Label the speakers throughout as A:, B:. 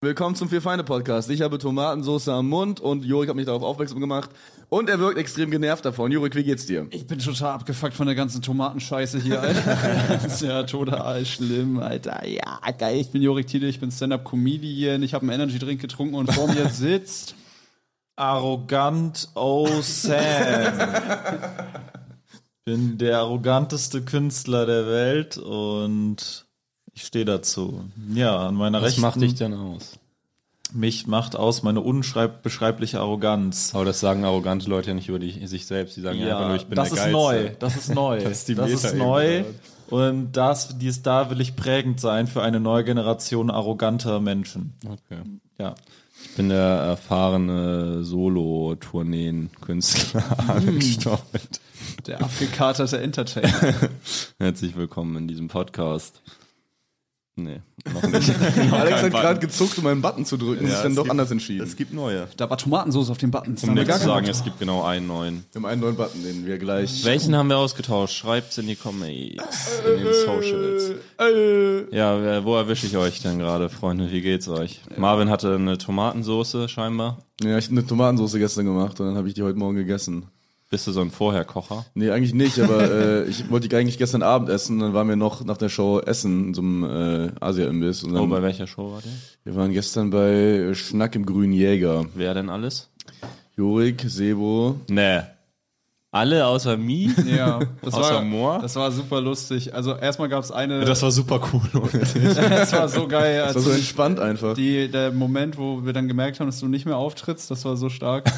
A: Willkommen zum Vier Feinde Podcast. Ich habe Tomatensauce am Mund und Jurik hat mich darauf aufmerksam gemacht. Und er wirkt extrem genervt davon. Jurik, wie geht's dir?
B: Ich bin total abgefuckt von der ganzen Tomatenscheiße hier, Alter. das ist ja total schlimm, Alter. Ja, geil. Ich bin Jorik Thiele, ich bin Stand-Up-Comedian. Ich habe einen Energy-Drink getrunken und vor mir sitzt.
C: Arrogant, oh Sam. Bin der arroganteste Künstler der Welt und ich stehe dazu. Ja, an meiner
D: Was
C: Rechten.
D: macht dich denn aus?
C: mich macht aus meine unbeschreibliche Arroganz.
D: Aber das sagen arrogante Leute ja nicht über die, sich selbst. Die sagen ja, einfach nur, ich bin
C: das
D: der
C: ist
D: Geilste.
C: neu. Das ist neu. das
D: ist die
C: ist
D: Metaebene.
C: neu. Und das, dies, da will ich prägend sein für eine neue Generation arroganter Menschen.
D: Okay.
C: Ja.
D: Ich bin der erfahrene Solo-Tourneen-Künstler Alex Stoppelt.
B: Der abgekaterte Entertainer.
D: Herzlich willkommen in diesem Podcast. Nee, noch nicht.
A: Alex
D: kein
A: hat gerade
D: Button.
A: gezuckt, um einen Button zu drücken,
D: Ja,
A: sich dann
D: es
A: doch
D: gibt-
A: anders entschieden.
D: gibt neue.
B: Da war Tomatensauce auf dem Button.
D: Um nicht zu sagen, es gibt genau einen neuen.
A: Wir haben einen neuen Button, den wir gleich.
D: Welchen haben wir ausgetauscht? Schreibt's in die Comments, in den Socials. Ja, äh, wo erwische ich euch denn gerade, Freunde? Wie geht's euch? Marvin hatte eine Tomatensoße scheinbar.
A: Ja, ich habe eine Tomatensauce gestern gemacht und dann habe ich die heute Morgen gegessen.
D: Bist du so ein Vorherkocher?
A: Nee, eigentlich nicht, aber äh, ich wollte die eigentlich gestern Abend essen. Dann waren wir noch nach der Show essen in so einem äh, Asia-Imbiss. Und
D: Oh,
A: dann,
D: bei welcher Show war der?
A: wir waren gestern bei äh, Schnack im Grünen Jäger.
D: Wer denn alles?
A: Jurik, Sebo,
D: Nee. Alle außer mir?
B: Ja, das
D: Außer
B: war,
D: Moor?
B: das war super lustig. Also erstmal gab es eine, das,
D: war super cool.
B: war so geil.
A: Das war
B: als
A: so
B: ich-
A: entspannt einfach.
B: Die, der Moment, wo wir dann gemerkt haben, dass du nicht mehr auftrittst, das war so stark.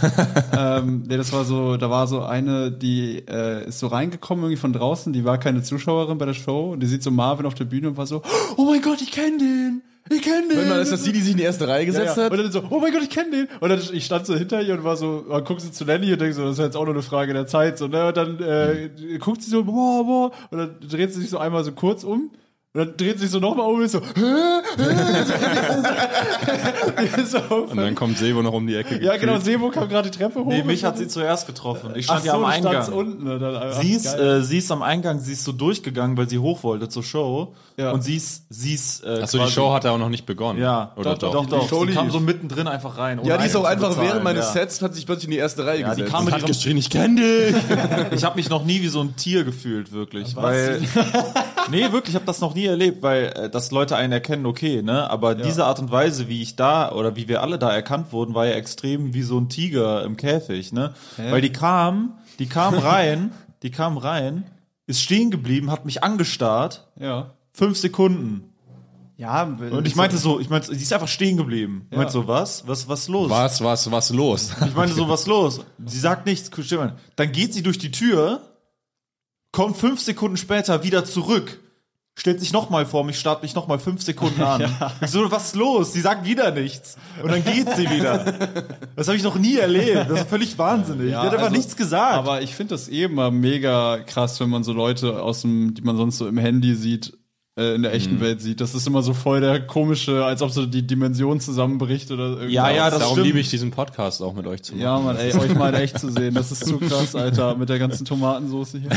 B: ähm, nee, das war so, da war so eine, die äh, ist so reingekommen irgendwie von draußen, die war keine Zuschauerin bei der Show und die sieht so Marvin auf der Bühne und war so, oh mein Gott, ich kenne den! Ich kenne den!
A: Wenn man ist das die, die sich in die erste Reihe
B: ja,
A: gesetzt
B: ja. Und
A: hat?
B: dann so, oh mein Gott, ich kenne den. Und dann ich stand so hinter ihr und war so, man guckt sie zu Lenny und denkt so, das ist jetzt auch nur eine Frage der Zeit. So, ne? Und dann äh, guckt sie so, boah, boah. Und dann dreht sie sich so einmal so kurz um. Und dann dreht sie sich so nochmal um und ist so, hä? hä? Die ist so
D: Und dann kommt Sebo noch um die Ecke.
B: ja, genau, Sebo kam gerade die Treppe hoch.
C: Nee, mich hat sie zuerst getroffen. Ich stand
B: Ach
C: ja
B: so,
C: am
B: du standst
C: Eingang.
B: unten. ne? Dann, ach,
C: Sie ist,
B: geil.
C: äh, sie ist am Eingang, sie ist so durchgegangen, weil sie hoch wollte zur Show.
B: Ja.
C: Und sie ist, sie ist. Äh,
D: Achso, die
C: quasi-
D: Show hat er auch noch nicht begonnen.
C: Ja,
D: Oder
C: doch,
D: doch?
C: doch, doch.
A: Die Show
C: Die kam
A: lief.
C: so mittendrin einfach rein. ohne
A: Ja, die ist auch
C: einen zu
A: einfach
C: bezahlen,
A: während meines
C: ja.
A: Sets, hat sich plötzlich in die erste Reihe
C: Ja, die
A: gesetzt.
C: kam mit
D: Hat
C: ihrem,
D: geschrien, ich kenne dich.
C: ich habe mich noch nie wie so ein Tier gefühlt, wirklich. Weil, nee, wirklich, ich habe das noch nie erlebt, weil äh, dass Leute einen erkennen, okay, ne? Aber diese Art und Weise, wie ich da oder wie wir alle da erkannt wurden, war ja extrem wie so ein Tiger im Käfig, ne? Weil die kam, die kam rein, die kam rein, ist stehen geblieben, hat mich angestarrt,
B: ja.
C: fünf Sekunden.
B: Ja,
C: Und äh, ich meinte so, ich meinte, die ist einfach stehen geblieben. Ich meinte so, was? Was, was los?
D: Was, was, was los?
C: Ich meine, so was los. Sie sagt nichts, Stimmt. Dann geht sie durch die Tür, kommt fünf Sekunden später wieder zurück, stellt sich nochmal vor mich, starrt mich nochmal fünf Sekunden an. Ich so, was ist los? Sie sagt wieder nichts. Und dann geht sie wieder. Das habe ich noch nie erlebt. Das ist völlig wahnsinnig.
B: Ja,
C: sie hat einfach
B: also-
C: nichts gesagt.
B: Aber ich finde das eh immer mega krass, wenn man so Leute aus dem, die man sonst so im Handy sieht, äh, in der
C: Mhm.
B: echten Welt sieht. Das ist immer so voll der komische, als ob so die Dimension zusammenbricht oder irgendwas.
C: Ja, ja, das
D: Darum
C: stimmt.
D: liebe ich diesen Podcast auch mit euch zu machen.
B: Ja, Mann, ey, euch mal in echt zu sehen, das ist zu krass, Alter, mit der ganzen Tomatensauce hier.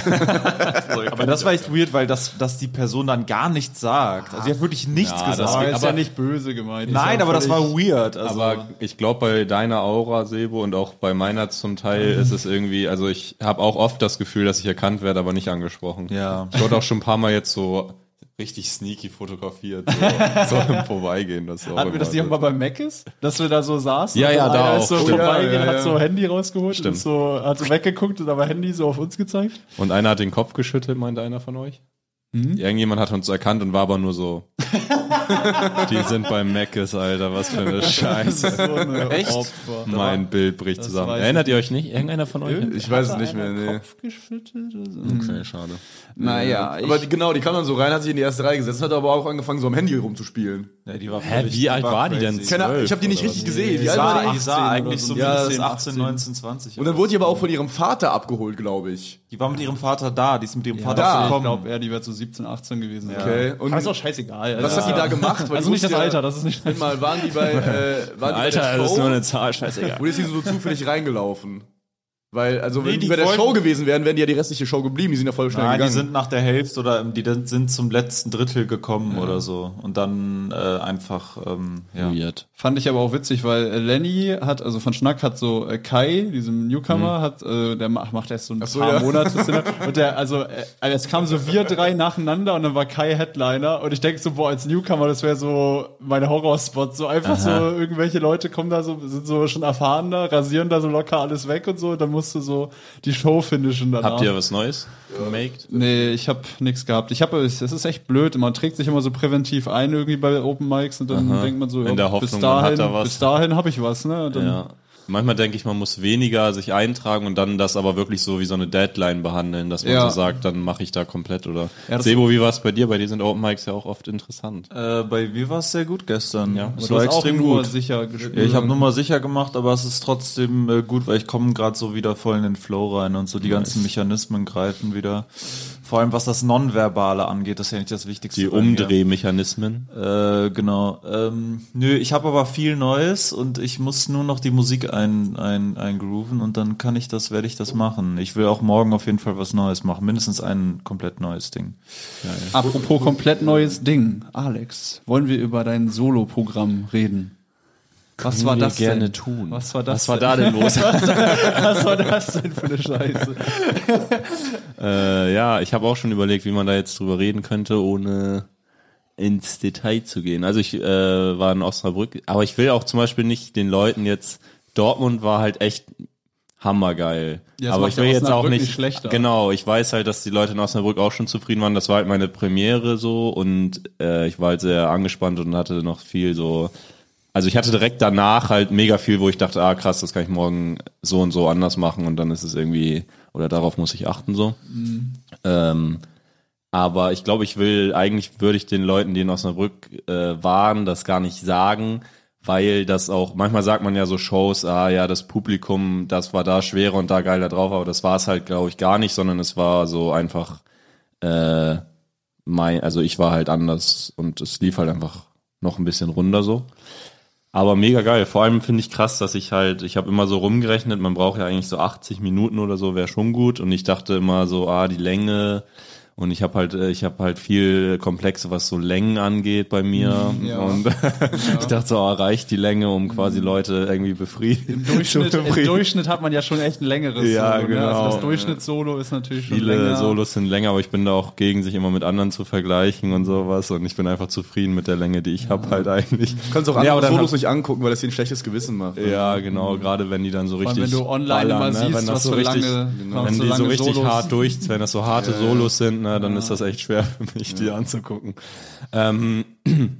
C: aber das war echt weird, weil das, dass die Person dann gar nichts sagt. Also sie hat wirklich nichts
D: Ja, das
C: gesagt.
B: Aber Ah, ist
D: aber-
B: ja nicht böse gemeint.
C: Nein,
B: Ist ja
C: aber das war
B: völlig-
C: weird. Also,
D: Aber ich glaube, bei deiner Aura, Sebo, und auch bei meiner zum Teil ist es irgendwie, also ich habe auch oft das Gefühl, dass ich erkannt werde, aber nicht angesprochen.
C: Ja.
D: Ich wurde auch schon ein paar Mal jetzt so richtig sneaky fotografiert, so, so im Vorbeigehen. Das auch
B: Hatten wir das nicht auch mal bei Meckes? Dass wir da so saßen?
D: Ja,
B: und
D: ja,
B: einer
D: da
B: ist
D: auch.
B: so
D: Stimmt.
B: vorbeigegangen,
A: Ja, ja,
B: hat
A: ja.
B: so Handy rausgeholt
D: Stimmt.
B: und so, hat so weggeguckt und aber Handy so auf uns gezeigt.
D: Und
C: Hm?
D: einer hat den Kopf geschüttelt, meinte einer von euch. Irgendjemand hat uns erkannt und war aber nur so. Die sind bei Meckes, Alter. Was für eine Scheiße.
B: So eine
D: Echt?
B: Opfer.
D: Mein Bild bricht zusammen.
B: weiß
D: Erinnert ihr euch nicht? Irgendeiner von euch?
A: Ich weiß es nicht mehr, nee.
B: Kopf geschüttelt oder so.
D: Okay, schade.
B: Naja, ich,
A: Aber die, genau, die kam dann so rein, hat sich in die erste Reihe gesetzt, hat aber auch angefangen, so am Handy rumzuspielen.
D: Hä, wie alt war die denn?
A: Keine Ahnung, ich habe die nicht
D: Zwölf
A: richtig gesehen.
C: Die
A: Die
C: sah,
A: war
C: die
A: die
C: sah
A: 18 oder
C: eigentlich so
A: Ja,
C: mindestens 18,
B: 18,
C: 19, 20.
A: Und dann wurde die aber auch von ihrem Vater abgeholt, glaube ich.
C: die war mit ihrem Vater da, die ist mit ihrem Vater
A: da.
B: ich
C: gekommen.
B: glaube, ja, die wird so 17, 18 gewesen. sein.
A: Okay. Und
B: Aber ist auch scheißegal.
A: was
B: Alter.
A: hat die da gemacht? Weil
B: Also
A: die
B: nicht das
A: wusste ja-
B: Alter, das ist nicht
A: Mal waren die bei, äh, waren die bei
D: Alter,
A: der
D: das ist nur
A: Show
D: eine Zahl, scheißegal.
A: und jetzt sind sie so zufällig reingelaufen. Weil, also wenn
C: Nee,
A: die,
C: die
A: bei der
C: wollten-
A: Show gewesen wären, wären die ja die restliche Show geblieben. Die sind ja voll schnell
C: Nein, die
A: gegangen.
C: sind nach der Hälfte oder ähm, die sind zum letzten Drittel gekommen oder so. Und dann äh, einfach, ähm, ja.
D: Weird.
B: Fand ich aber auch witzig, weil äh, Lenny hat, also von Schnack hat so äh, Kai, diesem Newcomer, hat, äh, der ma- macht erst so ein
A: so,
B: paar
A: ja.
B: Monate. Stand-up. und der, also, äh, also es kamen so wir drei nacheinander und dann war Kai Headliner. Und ich denke so, boah, als Newcomer, das wäre so meine Horrorspot. So einfach so, irgendwelche Leute kommen da so, sind so schon erfahrener, rasieren da so locker alles weg und so. Und dann musst du so die Show finishen danach.
D: Habt ihr was Neues gemaked?
B: Nee, ich habe nichts gehabt. Ich habe, es es ist echt blöd. Man trägt sich immer so präventiv ein irgendwie bei Open Mics und dann denkt man so,
D: In der Hoffnung,
B: bis
D: man hat
B: dahin,
D: da was.
B: bis dahin habe ich was. Ne? Und Dann,
D: Ja. Manchmal denke ich, man muss weniger sich eintragen und dann das aber wirklich so wie so eine Deadline behandeln, dass man
B: Ja.
D: so sagt, dann mache ich da komplett oder.
B: Ja, das-
D: Sebo, wie war es bei dir? Bei dir sind Open Mics ja auch oft interessant.
C: Äh, bei mir war es sehr gut gestern. Ja,
B: Aber
C: es
B: du
C: war
B: hast
C: extrem
B: auch nur
C: gut.
B: sicher gespielt.
C: Ja, ich
A: Mhm.
C: habe nur mal sicher gemacht, aber es ist trotzdem äh, gut, weil ich komme gerade so wieder voll in den Flow rein und so die ganzen Mechanismen greifen wieder. Vor allem was das Nonverbale angeht, das ist ja nicht das Wichtigste.
D: Die
C: bei mir.
D: Umdrehmechanismen.
C: Äh, genau. Ähm, nö, ich habe aber viel Neues und ich muss nur noch die Musik ein, ein, eingrooven und dann kann ich das, werde ich das machen. Ich will auch morgen auf jeden Fall was Neues machen. Mindestens ein komplett neues Ding.
B: Apropos komplett neues Ding, Alex, wollen wir über dein Solo-Programm reden? Was war
D: wir
B: das
D: gerne
B: denn?
D: tun.
B: Was war das?
D: Was war da denn los?
B: Was war das denn für eine Scheiße?
D: äh, ja, ich habe auch schon überlegt, wie man da jetzt drüber reden könnte, ohne ins Detail zu gehen. Also ich äh, war in Osnabrück, aber ich will auch zum Beispiel nicht den Leuten jetzt, Dortmund war halt echt hammergeil.
B: Ja, das
D: aber
B: macht
D: ich
B: ja
D: will jetzt
B: Osnabrück
D: auch nicht,
B: nicht schlechter.
D: Genau, ich weiß halt, dass die Leute in Osnabrück auch schon zufrieden waren. Das war halt meine Premiere so und äh, ich war halt sehr angespannt und hatte noch viel so. Also ich hatte direkt danach halt mega viel, wo ich dachte, ah krass, das kann ich morgen so und so anders machen und dann ist es irgendwie oder darauf muss ich achten so. Ähm, aber ich glaube, ich will, eigentlich würde ich den Leuten, die in Osnabrück äh, waren, das gar nicht sagen, weil das auch, manchmal sagt man ja so Shows, ah ja, das Publikum, das war da schwerer und da geiler drauf, aber das war es halt, glaube ich, gar nicht, sondern es war so einfach, äh, mein, also ich war halt anders und es lief halt einfach noch ein bisschen runder so. Aber mega geil. Vor allem finde ich krass, dass ich halt, ich habe immer so rumgerechnet, man braucht ja eigentlich so 80 Minuten oder so, wäre schon gut. Und ich dachte immer so, ah, die Länge. Und ich habe halt, äh, ich habe halt viel Komplexe, was so Längen angeht bei mir.
B: Mhm. ja. Mhm.
D: Und ich dachte so, ah, reicht die Länge, um quasi Leute irgendwie befriedigen.
B: Im Durchschnitt,
D: zu
B: Im
D: befriedigen.
B: Durchschnitt hat man ja schon echt ein längeres
D: Ja,
B: Solo. Ne? Also das
D: genau.
B: Durchschnitt-Solo ist natürlich schon
D: Viele
B: länger.
D: Solos sind länger, aber ich bin da auch gegen, sich immer mit anderen zu vergleichen und sowas. Und ich bin einfach zufrieden mit der Länge, die ich habe halt eigentlich.
A: Du kannst auch
D: Ja, aber
A: andere
D: dann
A: Solos nicht angucken, weil das dir ein schlechtes Gewissen macht.
D: Ja, genau, gerade wenn die dann so
B: allem,
D: richtig.
B: wenn du online
D: ballern,
B: immer
D: ne?
B: siehst,
D: wenn das
B: was
D: so
B: für
D: richtig, genau.
B: lange- was
D: wenn
B: für
D: die so
B: lange
D: richtig
B: Solos-
D: hart durch, wenn das so harte Solos sind, ne, dann ist das echt schwer für mich, die anzugucken. Ähm,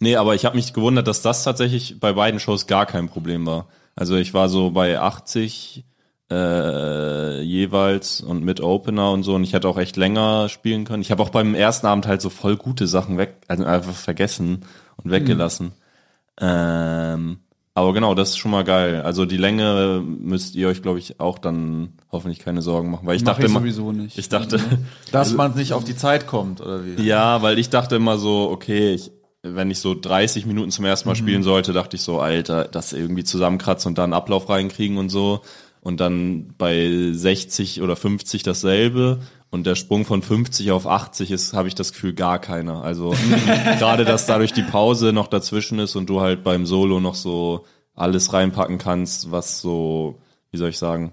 D: nee, aber ich habe mich gewundert, dass das tatsächlich bei beiden Shows gar kein Problem war. Also ich war so bei 80 äh, jeweils und mit Opener und so und ich hätte auch echt länger spielen können. Ich habe auch beim ersten Abend halt so voll gute Sachen weg, also einfach vergessen und weggelassen. Ähm, aber genau, das ist schon mal geil. Also die Länge müsst ihr euch, glaube ich, auch dann hoffentlich keine Sorgen machen, weil ich
B: Mach
D: dachte
B: ich
D: immer,
B: sowieso Mhm. nicht.
D: ich dachte,
C: Dass man nicht auf die Zeit kommt, oder wie?
D: ja, weil ich dachte immer so, okay, ich, wenn ich so 30 Minuten zum ersten Mal spielen sollte, dachte ich so, Alter, das irgendwie zusammenkratzen und dann Ablauf reinkriegen und so. Und dann bei 60 oder 50 dasselbe. Und der Sprung von 50 auf 80 ist, habe ich das Gefühl, gar keiner. Also gerade, dass dadurch die Pause noch dazwischen ist und du halt beim Solo noch so alles reinpacken kannst, was so, wie soll ich sagen,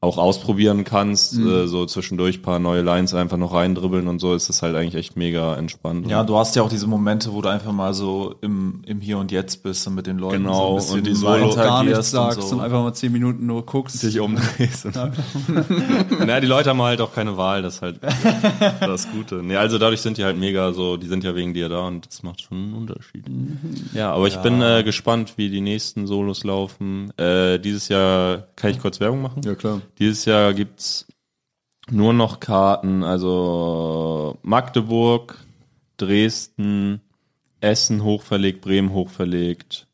D: auch ausprobieren kannst, äh, so zwischendurch paar neue Lines einfach noch reindribbeln und so, ist das halt eigentlich echt mega entspannt.
C: Ja, du hast ja auch diese Momente, wo du einfach mal so im, im Hier und Jetzt bist und mit den Leuten
D: Genau,
C: so ein bisschen
D: und die
C: mal
D: Solo-
B: Auch gar nichts
C: interagierst
B: sagst und,
C: und so.
B: einfach mal zehn Minuten nur guckst.
D: dich umdrehst. Und naja, die Leute haben halt auch keine Wahl, das ist halt das Gute. Nee, also dadurch sind die halt mega so, die sind ja wegen dir da und das macht schon einen Unterschied. Ja, aber ich bin äh, gespannt, wie die nächsten Solos laufen. Äh, dieses Jahr, kann ich kurz Werbung machen?
A: Ja, klar.
D: Dieses Jahr gibt's nur noch Karten, also Magdeburg, Dresden, Essen hochverlegt, Bremen hochverlegt,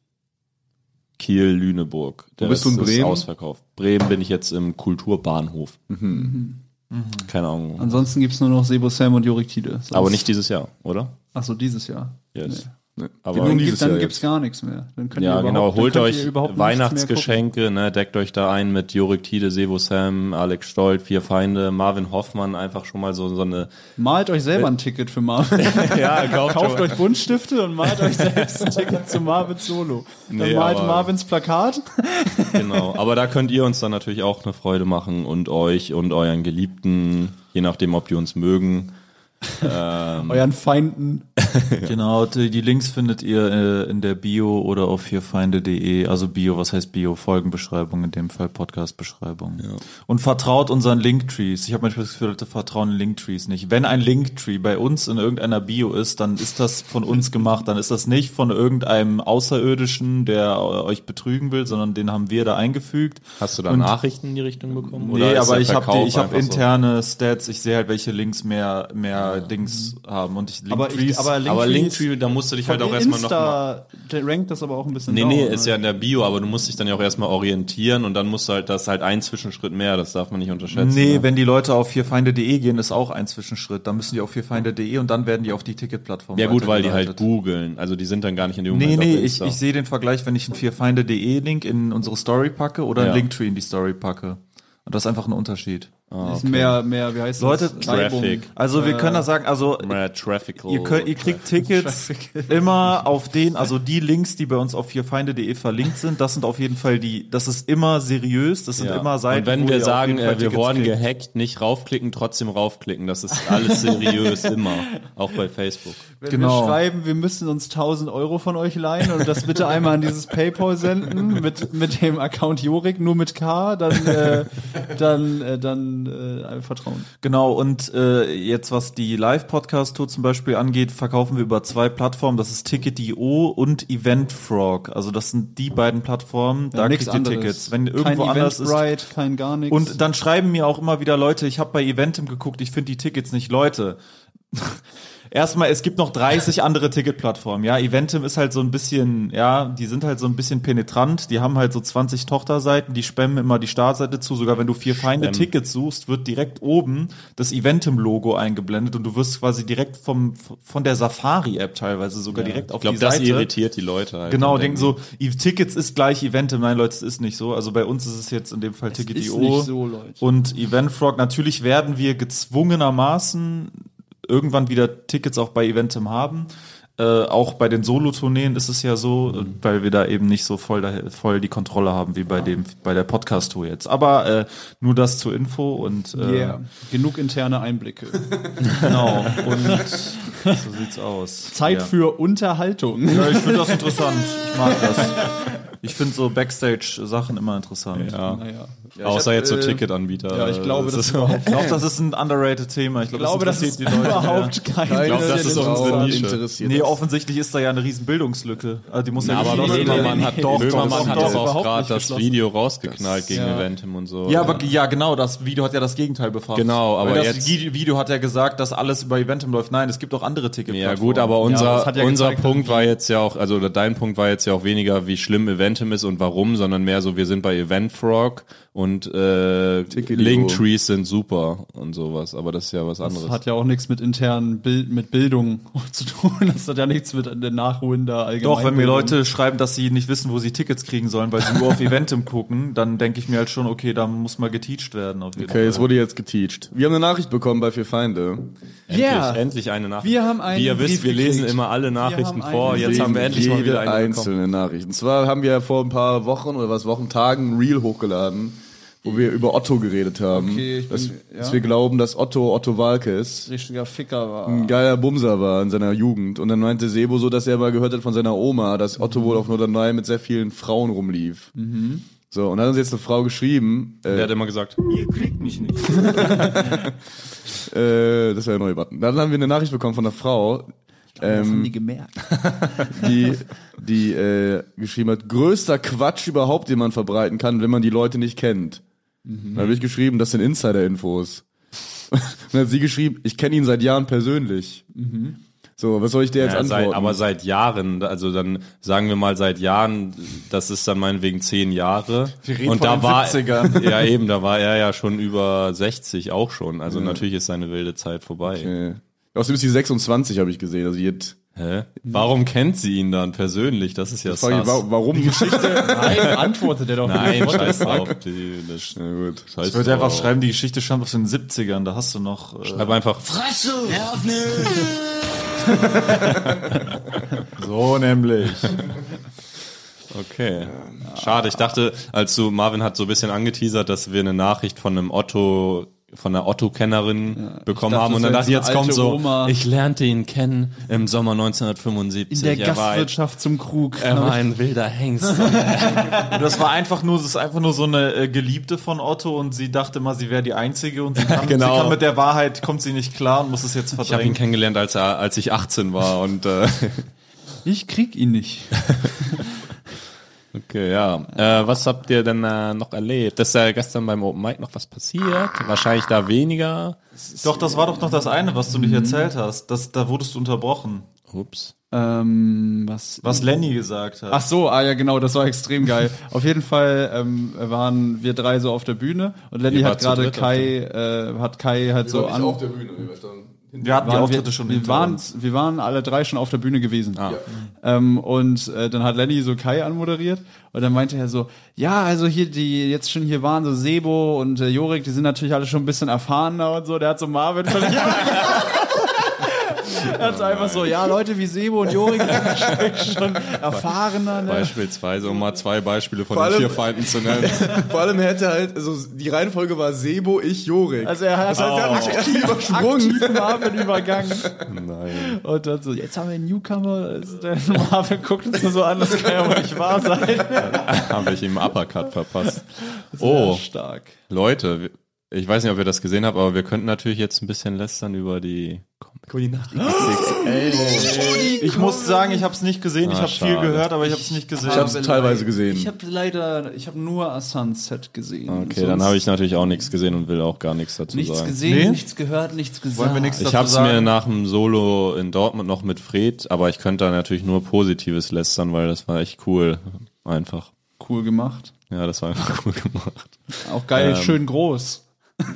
D: Kiel, Lüneburg. Der
A: Wo bist du in
D: Rest ist
A: Bremen?
D: ausverkauft. Bremen bin ich jetzt im Kulturbahnhof.
B: Mhm.
D: Mhm. Keine Ahnung.
B: Ansonsten gibt's nur noch Sebo Sam und Jorik Tide. Sonst-
D: Aber nicht dieses Jahr, oder?
B: Achso, dieses Jahr.
D: Yes.
A: Nee.
D: Aber-
A: Geht nur
B: Dann,
D: Und
B: gibt,
A: dieses
B: dann
A: Jahr
B: gibt's
A: jetzt.
B: gar nichts mehr. Dann könnt ihr
D: Ja, genau.
B: überhaupt- dann
D: Holt
B: könnt ihr
D: euch
B: überhaupt nichts mehr
D: Weihnachtsgeschenke, ne? Deckt euch da ein mit Jurik Tide, Sebo Sam, Alex Stolt, Vier Feinde, Marvin Hoffmann, einfach schon mal so, so eine.
B: gucken. Malt euch selber ein Ticket für Marvin.
D: Ja,
B: Kauft euch Buntstifte und malt euch selbst ein Ticket zu Marvins Solo. Dann
D: Nee,
B: malt
D: aber-
B: Marvins Plakat.
D: Genau, aber da könnt ihr uns dann natürlich auch eine Freude machen und euch und euren Geliebten, je nachdem, ob die uns mögen. Hm.
B: Euren Feinden.
C: Genau, die, die Links findet ihr äh, in der Bio oder auf vierfeinde.de. Also Bio, was heißt Bio? Folgenbeschreibung, in dem Fall Podcast-Beschreibung. Und vertraut unseren Linktrees. Ich habe manchmal das Gefühl, Leute vertrauen Linktrees nicht. Wenn ein Linktree bei uns in irgendeiner Bio ist, dann ist das von uns gemacht. Dann ist das nicht von irgendeinem Außerirdischen, der äh, euch betrügen will, sondern den haben wir da eingefügt.
D: Hast du da
C: Und-
D: Nachrichten in die Richtung bekommen?
C: Nee,
D: ist
C: aber
D: der
C: ich habe
D: Verkauf
C: hab
D: einfach
C: interne Stats. Ich sehe halt, welche Links mehr, mehr Dings haben. Und ich
B: Aber, ich, aber
D: So? Mhm. Aber
B: Linktree ist-
D: Linktree, da musst du dich halt
B: von
D: auch erstmal nochmal.
B: Insta rankt das aber auch ein bisschen
D: Nee,
B: down,
D: nee,
B: ne?
D: ist ja in der Bio, aber du musst dich dann ja auch erstmal orientieren und dann musst du halt, das ist halt ein Zwischenschritt mehr, das darf man nicht unterschätzen.
C: Nee,
D: ne?
C: wenn die Leute auf vierfeinde.de gehen, ist auch ein Zwischenschritt. Dann müssen die auf vierfeinde.de und dann werden die auf die Ticketplattform
D: ja gut, weil die halt
C: weitergeleitet.
D: googeln. Also die sind dann gar nicht in dem
C: Nee,
D: Moment
C: nee,
D: auf
C: ich,
D: Insta.
C: ich sehe den Vergleich, wenn ich einen vierfeinde.de-Link in unsere Story packe oder
D: Ja.
C: einen Linktree in die Story packe. Und das ist einfach ein Unterschied.
B: Ist mehr, mehr, wie heißt
C: Leute,
B: das? Reibung.
D: Ah, Traffic.
C: Also wir können das sagen, also
D: Mehr Traffical.
C: Ihr, könnt, ihr kriegt Tickets immer auf den, also die Links, die bei uns auf vierfeinde.de verlinkt sind, das sind auf jeden Fall die, das ist immer seriös, das sind
D: Ja.
C: immer Seiten,
D: Und wenn
C: wo ihr
D: wir
C: auf
D: sagen,
C: jeden Fall
D: äh, wir
C: Tickets
D: wurden
C: kriegt.
D: gehackt, nicht raufklicken, trotzdem raufklicken. Das ist alles seriös immer. Auch bei Facebook.
B: Wenn
C: Genau.
B: wir schreiben, wir müssen uns 1000 Euro von euch leihen und das bitte einmal an dieses PayPal senden mit, mit dem Account Jorik, nur mit K, dann, äh, dann, äh, dann äh, Vertrauen.
C: Genau, und äh, jetzt was die Live-Podcast-Tour zum Beispiel angeht, verkaufen wir über zwei Plattformen, das ist Ticket.io und Eventfrog. Also das sind die beiden Plattformen, da kriegt
B: Nichts
C: ihr
B: anderes.
C: Tickets. Wenn irgendwo
B: kein
C: anders ist,
B: Eventbrite, kein gar nichts.
C: Und dann schreiben mir auch immer wieder Leute, ich habe bei Eventim geguckt, ich finde die Tickets nicht, Leute. Erstmal, es gibt noch 30 andere Ticketplattformen, ja. Eventim ist halt so ein bisschen, ja, die sind halt so ein bisschen penetrant. Die haben halt so 20 Tochterseiten, die spammen immer die Startseite zu. Sogar wenn du vier feinde Tickets suchst, wird direkt oben das Eventim-Logo eingeblendet und du wirst quasi direkt vom, von der Safari-App teilweise sogar direkt auf
D: Ich glaube,
C: die Seite.
D: das irritiert die Leute halt.
C: Genau,
D: Und
C: denken so, i- Tickets ist gleich Event. Nein, Leute, es ist nicht so. Also bei uns ist es jetzt in dem Fall Ticket.io
B: ist nicht so, Leute.
C: und Eventfrog. Natürlich werden wir gezwungenermaßen irgendwann wieder Tickets auch bei Eventim haben. Äh, auch bei den Solo-Tourneen ist es ja so,
B: Mhm.
C: äh, weil wir da eben nicht so voll, da, voll die Kontrolle haben wie bei dem bei der Podcast-Tour jetzt. Aber äh, nur das zur Info und äh,
B: yeah. genug interne Einblicke.
C: genau. Und so sieht's aus.
B: Zeit
C: Ja.
B: für Unterhaltung.
C: Ja, ich finde das interessant. Ich mag das. Ich finde so Backstage-Sachen immer interessant.
D: Ja.
B: Naja.
D: Ja, Außer
A: ich hab,
D: jetzt so
A: äh,
D: Ticketanbieter.
B: Ja, ich glaube,
D: Äh,
B: das ist überhaupt,
C: Ich glaube, das ist ein underrated Thema. Ich
B: ich
C: glaube,
B: glaube, das
C: interessiert
B: ist
C: die Leute. mehr.
B: überhaupt kein
D: glaub, das
B: Interesse
D: ist unsere
B: daran.
D: Nische.
A: interessiert.
C: Nee,
A: das.
C: offensichtlich ist da ja eine riesen Bildungslücke. Also die muss
D: Na,
C: ja
D: aber
C: geschlossen
B: nee, nee,
C: werden.
D: Böhmermann
B: nee,
D: hat,
B: nee,
D: doch,
B: nee,
D: Böhmermann
B: doch,
D: hat
B: doch,
D: doch, auch
B: überhaupt
D: gerade
B: nicht
D: das
B: geschlossen.
D: Video rausgeknallt gegen
B: Ja.
D: Eventim und so.
C: Ja, aber ja, genau, das Video hat ja das Gegenteil befragt.
D: Genau, aber
C: Weil das
D: jetzt-
C: Gi- Video hat ja gesagt, dass alles über Eventim läuft. Nein, es gibt auch andere Tickets.
D: Ja gut, aber
B: aber
D: unser,
B: das hat ja
D: unser
B: gezeigt,
D: Punkt war jetzt ja auch, also oder dein Punkt war jetzt ja auch weniger, wie schlimm Eventim ist und warum, sondern mehr so, wir sind bei Eventfrog und äh,
A: Ticketio.
D: Linktrees sind super und sowas, aber das ist ja was anderes.
B: Das hat ja auch nichts mit internen Bild, mit Bildung zu tun. Das hat ja nichts mit der nachholender allgemein.
C: Doch, wenn mir Leute schreiben, dass sie nicht wissen, wo sie Tickets kriegen sollen, weil sie nur auf Eventim gucken, dann denke ich mir halt schon, okay, da muss mal geteacht werden. Auf jeden
A: Okay,
C: Fall.
A: es wurde jetzt geteacht. Wir haben eine Nachricht bekommen bei Vier Feinde.
D: Endlich,
B: Ja.
D: endlich eine Nachricht.
B: Wir haben einen
D: Wie ihr wisst,
B: Brief
D: wir lesen
B: gekriegt.
D: immer alle Nachrichten
B: Wir haben
D: vor.
B: einen
D: Jetzt haben wir endlich mal
A: jede
D: wieder eine bekommen.
A: einzelne Nachricht. Und zwar haben wir vor ein paar Wochen oder was Wochentagen ein Reel hochgeladen wo wir über Otto geredet haben.
B: Okay, ich
A: dass,
B: bin-
A: dass
B: ja.
A: wir glauben, dass Otto Otto Walke ist.
B: richtiger Ficker war.
A: Ein geiler Bumser war in seiner Jugend. Und dann meinte Sebo so, dass er mal gehört hat von seiner Oma, dass Otto wohl auf Norderney mit sehr vielen Frauen rumlief. So, und dann hat uns jetzt eine Frau geschrieben,
D: Der
A: äh,
D: hat immer gesagt,
A: äh, das war der neue Button. Dann haben wir eine Nachricht bekommen von einer Frau,
B: das haben die gemerkt.
A: die, die äh, geschrieben hat, größter Quatsch überhaupt, den man verbreiten kann, wenn man die Leute nicht kennt.
D: Mhm.
A: Da habe ich geschrieben, das sind Insider-Infos. Und dann hat sie geschrieben, ich kenne ihn seit Jahren persönlich. So, was soll ich dir jetzt
D: Mhm. ja,
A: antworten?
D: seit, aber seit Jahren, also dann sagen wir mal seit Jahren, das ist dann meinetwegen zehn Jahre.
B: Wir reden
D: und
B: von
D: da
B: den
D: war
B: 70ern.
D: ja eben, da war er ja schon über 60 auch schon. Also natürlich ist seine wilde Zeit vorbei.
A: äh, außerdem ist sie 26, habe ich gesehen. Also jetzt,
D: Hä? Warum kennt sie ihn dann persönlich? Das ist ja
A: frage ich, wa
D: sass.
A: warum die Geschichte?
B: Nein, antwortet er doch
D: Nein, scheiß drauf. Die, das,
A: Na gut.
D: scheiß
C: Ich würde einfach
D: drauf.
C: schreiben, die Geschichte stammt aus den 70ern, da hast du noch. Äh,
D: Schreib einfach.
C: so nämlich.
D: Okay. Schade, ich dachte, als du, Marvin hat so ein bisschen angeteasert, dass wir eine Nachricht von einem Otto, von einer Otto-Kennerin bekommen
B: dachte,
D: haben und
B: das
D: dann
B: wär
D: dachte ich,
B: jetzt
D: jetzt
B: eine
D: kommt
B: alte
D: so,
B: Oma.
D: ich lernte ihn kennen im Sommer
B: In
D: 1975.
B: der
D: er, war,
B: Gastwirtschaft zum Krug. Genau.
D: er war ein wilder Hengst.
C: Und das war einfach nur, das ist einfach nur so eine äh, Geliebte von Otto und sie dachte mal, sie wäre die Einzige und sie kam,
D: Genau.
C: sie kam mit der Wahrheit, kommt sie nicht klar und muss es jetzt
D: Ich habe ihn
C: verdrängen.
D: kennengelernt, als er, als ich 18 war und, äh,
B: ich krieg ihn nicht.
D: okay, ja. Äh, was habt ihr denn äh, noch erlebt? Ist da gestern beim Open Mic noch was passiert? Wahrscheinlich da weniger.
C: Doch, das war doch noch das eine, was du nicht erzählt hast. Das, da wurdest du unterbrochen.
D: Ups.
B: Ähm, was,
C: Was Lenny gesagt hat.
B: Ach so, ah ja, genau, das war extrem geil. auf jeden Fall ähm, waren wir drei so auf der Bühne und Lenny
D: Ihr
B: hat
D: wart zu
B: gerade
D: dritt auf
B: Kai, äh, hat Kai halt so an.
A: der Bühne, wir standen.
C: wir hatten die
B: waren
C: Auftritte
B: wir,
C: schon
B: wir
C: hinter
B: waren,
C: uns.
B: wir waren alle drei schon auf der Bühne gewesen.
D: Ah.
B: Ähm, und äh, dann hat Lenny so Kai anmoderiert und dann meinte er so, ja, also hier, die jetzt schon hier waren, so Sebo und äh, Jorik, die sind natürlich alle schon ein bisschen erfahrener und so. Der hat so Marvin völlig Er hat so einfach so, ja, Leute wie Sebo und Jorik sind schon erfahrener. Ne?
D: Beispielsweise, um mal zwei Beispiele von
A: Vor
D: den
A: allem-
D: vier Feinden zu nennen.
A: Vor allem hätte halt, also die Reihenfolge war Sebo, ich, Jorik.
B: Also er hat
A: das heißt, er hat mich aktiv übersprungen.
B: aktiv Marvin übergangen.
D: Nein.
B: Und dann so, jetzt haben wir einen Newcomer. Ist Der Marvin guckt uns nur so an, das kann ja wohl nicht wahr sein.
D: Habe ich ihm einen Uppercut verpasst. Oh,
B: Stark.
D: Leute, wir- ich weiß nicht, ob ihr das gesehen habt, aber wir könnten natürlich jetzt ein bisschen lästern über die
C: Ich muss sagen, ich habe es nicht gesehen, ich
D: Ah,
C: habe viel
D: schade.
C: gehört, aber ich habe es nicht gesehen.
A: Ich hab's teilweise gesehen.
B: Ich habe leider, ich habe nur A Sunset gesehen.
D: Okay, dann habe ich natürlich auch nichts gesehen und will auch gar nichts dazu
B: nichts
D: sagen.
B: gesehen,
C: Nee?
B: nichts gehört, nichts gesagt.
C: Wollen wir nichts
D: Ich
C: dazu
D: habe es
C: sagen?
D: mir nach dem Solo in Dortmund noch mit Fred, aber ich könnte da natürlich nur Positives lästern, weil das war echt cool. Einfach.
B: cool gemacht.
D: Ja, das war einfach cool gemacht.
B: Auch geil,
D: Ähm.
B: schön groß.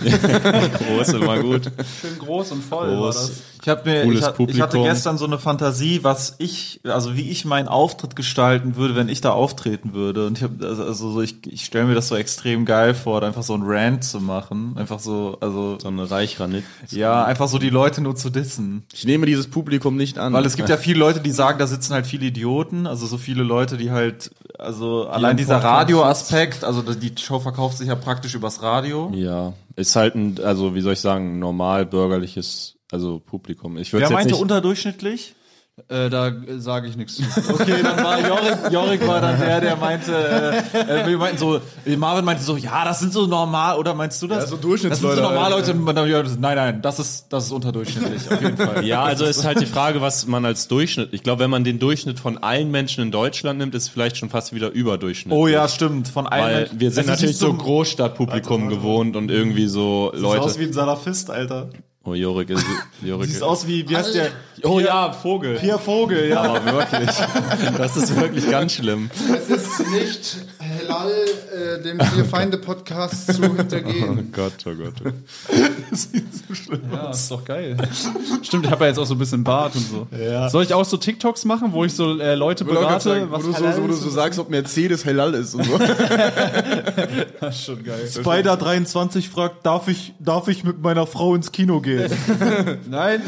D: Groß, immer gut.
B: Schön groß und voll war das.
D: Groß.
C: Ich habe mir,
D: Cooles
C: ich, hat- ich hatte
D: Publikum.
C: gestern so eine Fantasie, was ich, also wie ich meinen Auftritt gestalten würde, wenn ich da auftreten würde. Und ich habe, also, also so, ich, ich stelle mir das so extrem geil vor, da einfach so einen Rant zu machen, einfach so, also
D: So eine Reichranit.
C: ja, einfach so die Leute nur zu dissen.
A: Ich nehme dieses Publikum nicht an.
C: Weil es gibt ja viele Leute, die sagen, da sitzen halt viele Idioten, also so viele Leute, die halt, also allein
B: einen
C: dieser
B: Podcast-
C: Radioaspekt, also die Show verkauft sich ja praktisch übers Radio.
D: Ja, ist halt ein, also wie soll ich sagen, normal bürgerliches, also Publikum. Ich würde
C: Wer
D: jetzt
C: meinte
D: nicht,
C: unterdurchschnittlich?
B: Äh, da äh, sage ich nichts.
C: Okay, dann war Jorik, Jorik war dann der, der meinte, äh, äh, wir meinten so, äh, Marvin meinte so, ja, das sind so normal, oder meinst du das?
A: Ja, so
C: Das
A: Durchschnittsleute,
C: sind so halt. normal
A: Alter.
C: Leute, und dann, ja, das- nein, nein, das ist, das ist unterdurchschnittlich, auf jeden Fall.
D: Ja, also ist halt die Frage, was man als Durchschnitt. Ich glaube, wenn man den Durchschnitt von allen Menschen in Deutschland nimmt, ist vielleicht schon fast wieder Überdurchschnitt.
C: Oh ja, stimmt, von
D: Weil
C: allen.
D: wir
C: Es
D: sind
C: ist
D: natürlich
C: nicht
D: so Großstadtpublikum gewohnt und irgendwie so
C: Sieht aus
D: Leute.
C: wie ein Salafist, Alter.
D: Oh, Jorik ist. Jorik
C: Sieht aus wie, wie heißt der?
D: oh ja, Vogel.
C: Pierre Vogel, ja.
D: Aber wirklich. Das ist wirklich ganz schlimm.
E: Es ist nicht Helal, äh, dem Vier Feinde Podcast zu hintergehen.
D: Gott, oh Gott.
B: ja, ist doch geil. Stimmt, ich habe ja jetzt auch so ein bisschen Bart und so. Soll ich auch so TikToks machen, wo ich so äh, Leute
A: Wo du
B: berate?
A: wo du,
B: halal
A: so, wo du
B: ist?
A: so sagst, ob Mercedes Helal ist und so.
B: Das ist schon geil.
C: Spider23 fragt, darf ich, darf ich mit meiner Frau ins Kino gehen?
B: Nein,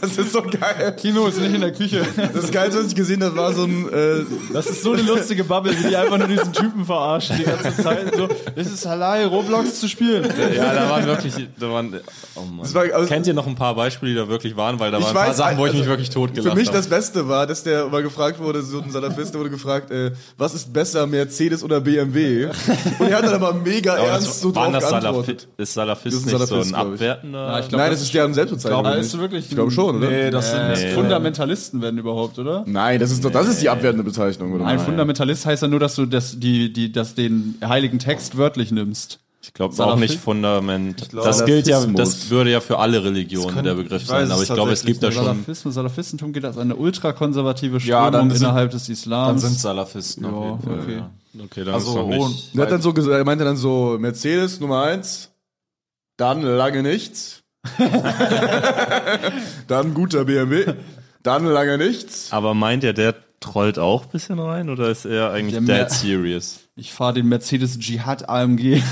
A: Das ist so geil.
B: Kino ist nicht in der Küche.
A: Das Geilste, was ich gesehen habe, war so ein, äh,
B: Das ist so eine lustige Bubble, wie die einfach nur diesen Typen verarschen die ganze Zeit. So, es ist halal, Roblox zu spielen.
D: Ja, da waren wirklich, da waren, oh Mann.
A: war- also-
D: Kennt ihr noch ein paar Beispiele, die da wirklich waren? Weil da waren ein paar
A: weiß,
D: Sachen, wo ich
A: also,
D: mich wirklich totgelacht
A: Für
D: habe.
A: mich das Beste war, dass der mal gefragt wurde, so ein Salafist wurde gefragt, äh, was ist besser, Mercedes oder BMW? Und er hat dann aber mega
D: Aber
A: ernst
D: das,
A: so drauf
D: waren das
A: geantwortet.
D: Salafist, ist Salafist
A: Das ist
D: nicht
A: Salafist,
D: so ein
A: glaub ich.
D: abwertender?
B: Ja, ich glaub,
A: Nein,
B: das
A: das ist deren Selbstbezeichnung.
B: glaube, das Ah, ist wirklich
A: ich glaube schon, oder?
B: Nee, das sind
D: Nee.
B: Fundamentalisten, wenn überhaupt, oder?
A: Nein, das ist doch, das ist die abwertende Bezeichnung, oder?
B: Ein Fundamentalist heißt ja nur, dass du das, die, die, das den heiligen Text wörtlich nimmst.
D: Ich glaube auch
B: Salafist?
D: nicht Fundament.
A: glaub,
D: das gilt ja,
A: Salafismus.
D: das würde ja für alle Religionen der Begriff
C: weiß
D: sein,
C: es
D: aber ich glaube, es
C: tatsächlich
D: gibt da schon.
B: Salafismus, Salafistentum geht als eine ultrakonservative Strömung
C: Ja, dann sind-
B: innerhalb des Islams.
C: Salafisten
B: Ja, okay.
D: Okay, dann
C: Also,
D: ist noch nicht.
A: Er hat dann so gesagt, er meinte dann so, Mercedes Nummer eins, dann lange nichts, dann guter BMW, dann lange nichts.
D: Aber meint ihr, der trollt auch ein bisschen rein oder ist er eigentlich
B: Der mehr-
D: dead serious?
B: Ich fahre den Mercedes Jihad AMG.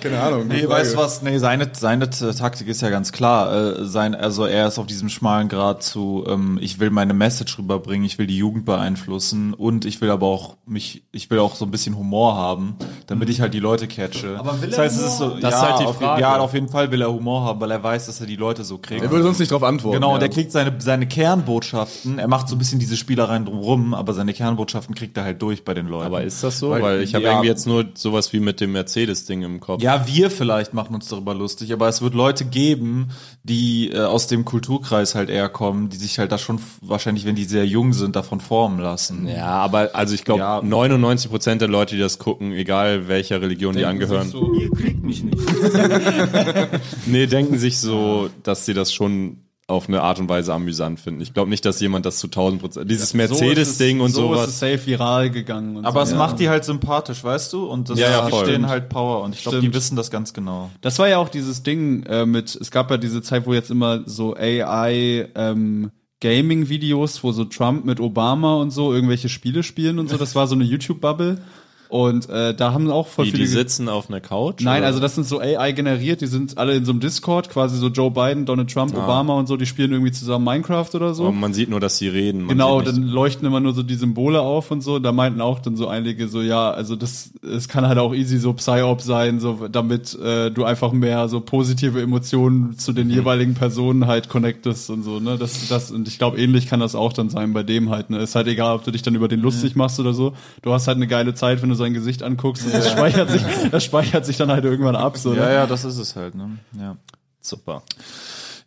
A: Keine Ahnung.
C: Nee,
A: gute
C: weißt du
A: Frage.
C: was? Nee, seine, seine T- Taktik ist ja ganz klar. Äh, sein, also er ist auf diesem schmalen Grad zu, ähm, ich will meine Message rüberbringen, ich will die Jugend beeinflussen und ich will aber auch mich, ich will auch so ein bisschen Humor haben, damit ich halt die Leute catche. Aber will er das heißt, es ist so,
D: Das
C: ja,
D: ist halt die
C: auf,
D: Frage.
C: ja, auf jeden Fall will er Humor haben, weil er weiß, dass er die Leute so kriegt.
A: Er würde sonst nicht drauf antworten.
C: Genau,
A: ja.
C: und er kriegt seine, seine Kernbotschaften, er macht so ein bisschen diese Spielereien drumrum, aber seine Kernbotschaften kriegt er halt durch bei den Leuten.
D: Aber ist das so? Weil,
C: Weil-
D: ich habe
C: ja.
D: irgendwie jetzt nur sowas wie mit dem Mercedes-Ding im Kopf.
C: Ja, wir vielleicht machen uns darüber lustig, aber es wird Leute geben, die äh, aus dem Kulturkreis halt eher kommen, die sich halt da schon f- wahrscheinlich, wenn die sehr jung sind, davon formen lassen.
D: Ja, aber also ich glaube,
C: Ja.
D: 99 Prozent der Leute, die das gucken, egal welcher Religion die angehören, nee, denken sich so, dass sie das schon auf eine Art und Weise amüsant finden. Ich glaube nicht, dass jemand das zu 1000 Prozent, dieses Mercedes-Ding und
B: so
D: sowas.
B: ist es safe viral gegangen. Und
C: Aber
B: so.
C: es macht die halt sympathisch, weißt du? Und das
D: Ja, ja,
C: gibt
D: voll.
C: denen halt Power. Und ich glaube, die
B: Stimmt.
C: wissen das ganz genau.
B: Das war ja auch dieses Ding äh, mit, es gab ja diese Zeit, wo jetzt immer so AI ähm, Gaming-Videos, wo so Trump mit Obama und so irgendwelche Spiele spielen und so, das war so eine YouTube-Bubble. Und äh, da haben auch voll
D: Die,
B: viele.
D: die sitzen auf einer Couch?
B: Nein,
D: oder?
B: also das sind so AI generiert, die sind alle in so einem Discord, quasi so Joe Biden, Donald Trump,
D: Ah.
B: Obama und so, die spielen irgendwie zusammen Minecraft oder so.
D: Aber man sieht nur, dass sie reden. Man
B: Genau,
D: sieht
B: dann
D: nicht-
B: leuchten immer nur so die Symbole auf und so. Da meinten auch dann so einige so, ja, also das, es kann halt auch easy so Psyop sein, so damit äh, du einfach mehr so positive Emotionen zu den jeweiligen Personen halt connectest und so, ne? Das, das, und ich glaube, ähnlich kann das auch dann sein bei dem halt, ne? Ist halt egal, ob du dich dann über den lustig machst oder so. Du hast halt eine geile Zeit, wenn du sein Gesicht anguckst und das speichert sich, das speichert sich dann halt irgendwann ab, so, ne?
C: ja, das ist es halt, ne? Ja.
D: super.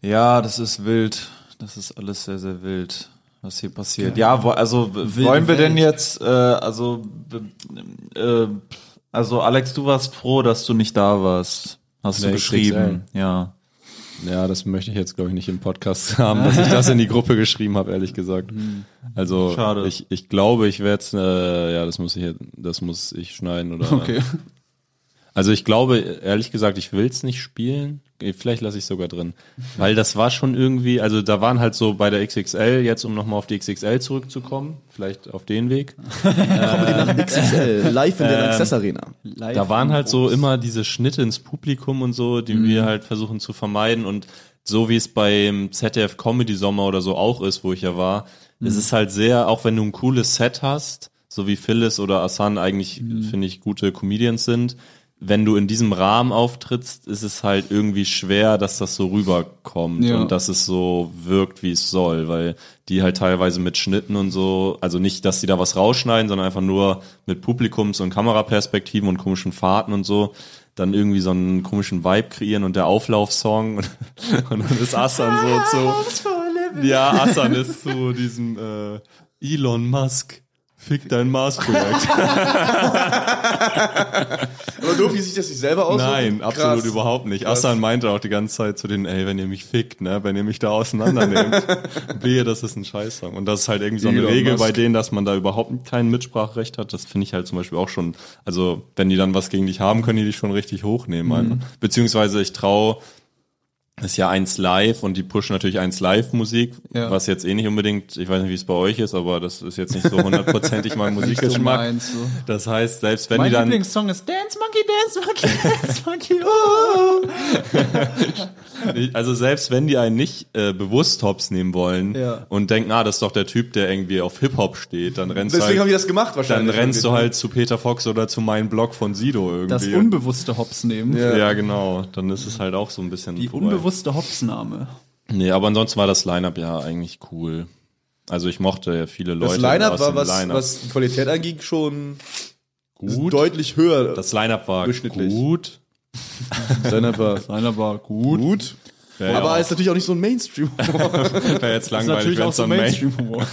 C: Ja, das ist wild. Das ist alles sehr, sehr wild, was hier passiert. Ja, wo, also w- wollen wir denn jetzt, äh, also, b- äh, also Alex, du warst froh, dass du nicht da warst. Hast du
D: Nee,
C: geschrieben. Ja.
D: Ja, das möchte ich jetzt, glaube ich, nicht im Podcast haben, dass ich das in die Gruppe geschrieben habe, ehrlich gesagt.
B: Hm.
D: Also
C: Schade.
D: ich, ich glaube, ich werde jetzt, äh, ja, das muss ich jetzt- das muss ich schneiden oder.
B: Okay.
D: Also ich glaube, ehrlich gesagt, ich will's nicht spielen. Äh, Vielleicht lasse ich sogar drin. Weil das war schon irgendwie, also da waren halt so bei der XXL, jetzt um nochmal auf die XXL zurückzukommen, vielleicht auf den Weg.
A: XXL, live in der
D: Ähm,
A: Access Arena.
D: Da waren halt so immer diese Schnitte ins Publikum und so, die wir halt versuchen zu vermeiden und so wie es beim ZDF Comedy Sommer oder so auch ist, wo ich ja war, es ist halt sehr, auch wenn du ein cooles Set hast, so wie Phyllis oder Asan eigentlich, finde ich, gute Comedians sind, wenn du in diesem Rahmen auftrittst, ist es halt irgendwie schwer, dass das so rüberkommt
B: Ja.
D: und dass es so wirkt, wie es soll, weil die halt teilweise mit Schnitten und so, also nicht, dass die da was rausschneiden, sondern einfach nur mit Publikums- und Kameraperspektiven und komischen Fahrten und so, dann irgendwie so einen komischen Vibe kreieren und der Auflaufsong und, und dann ist Assan so zu, ja, Assan ist zu diesem äh, Elon Musk, fick dein Mars-Projekt.
A: Aber doof, wie sich das nicht selber aussucht?
D: Nein, absolut überhaupt nicht. Assan meinte auch die ganze Zeit zu denen, ey, wenn ihr mich fickt, ne, wenn ihr mich da auseinandernehmt, wehe, das ist ein Scheißsong. Und das ist halt irgendwie so eine
A: Elon
D: Regel
A: Musk.
D: bei denen, dass man da überhaupt kein Mitspracherecht hat. Das finde ich halt zum Beispiel auch schon, also
B: Mhm.
D: wenn die dann was gegen dich haben, können die dich schon richtig hochnehmen. einfach. Beziehungsweise ich traue ist ja eins live und die pushen natürlich eins live Musik,
B: Ja.
D: was jetzt eh nicht unbedingt, ich weiß nicht, wie es bei euch ist, aber das ist jetzt nicht so hundertprozentig mein Musikgeschmack.
B: meins, so.
D: Das heißt, selbst wenn
B: Mein
D: die dann
B: Lieblingssong ist Dance Monkey, Dance Monkey, Dance Monkey. Oh.
D: Ich- Also selbst wenn die einen nicht äh, bewusst hops nehmen wollen
B: Ja.
D: und denken, ah, das ist doch der Typ, der irgendwie auf Hip-Hop steht, dann rennst, du
A: Deswegen haben die
D: halt,
A: das gemacht wahrscheinlich.
D: dann rennst du halt zu Peter Fox oder zu meinem Blog von Sido irgendwie.
B: Das unbewusste Hops nehmen.
D: ja. genau. Dann ist es halt auch so ein bisschen
B: Die
D: vorbei.
B: unbewusste Hopsnahme.
D: Nee, aber ansonsten war das Line-Up ja eigentlich cool. Also ich mochte ja viele Leute
A: Das Line-Up
D: aus
A: war,
D: dem
A: was,
D: Line-Up.
A: was die Qualität angeht, schon
D: Gut.
A: deutlich höher.
D: Das Line-Up war
A: Durchschnittlich.
D: gut.
A: Line-Up war
B: Einer war gut.
A: gut.
D: Ja,
A: aber
D: ja.
A: ist natürlich auch nicht so ein Mainstream.
D: Wäre jetzt langweilig, wenn es am Main
B: Mainstream-Humor.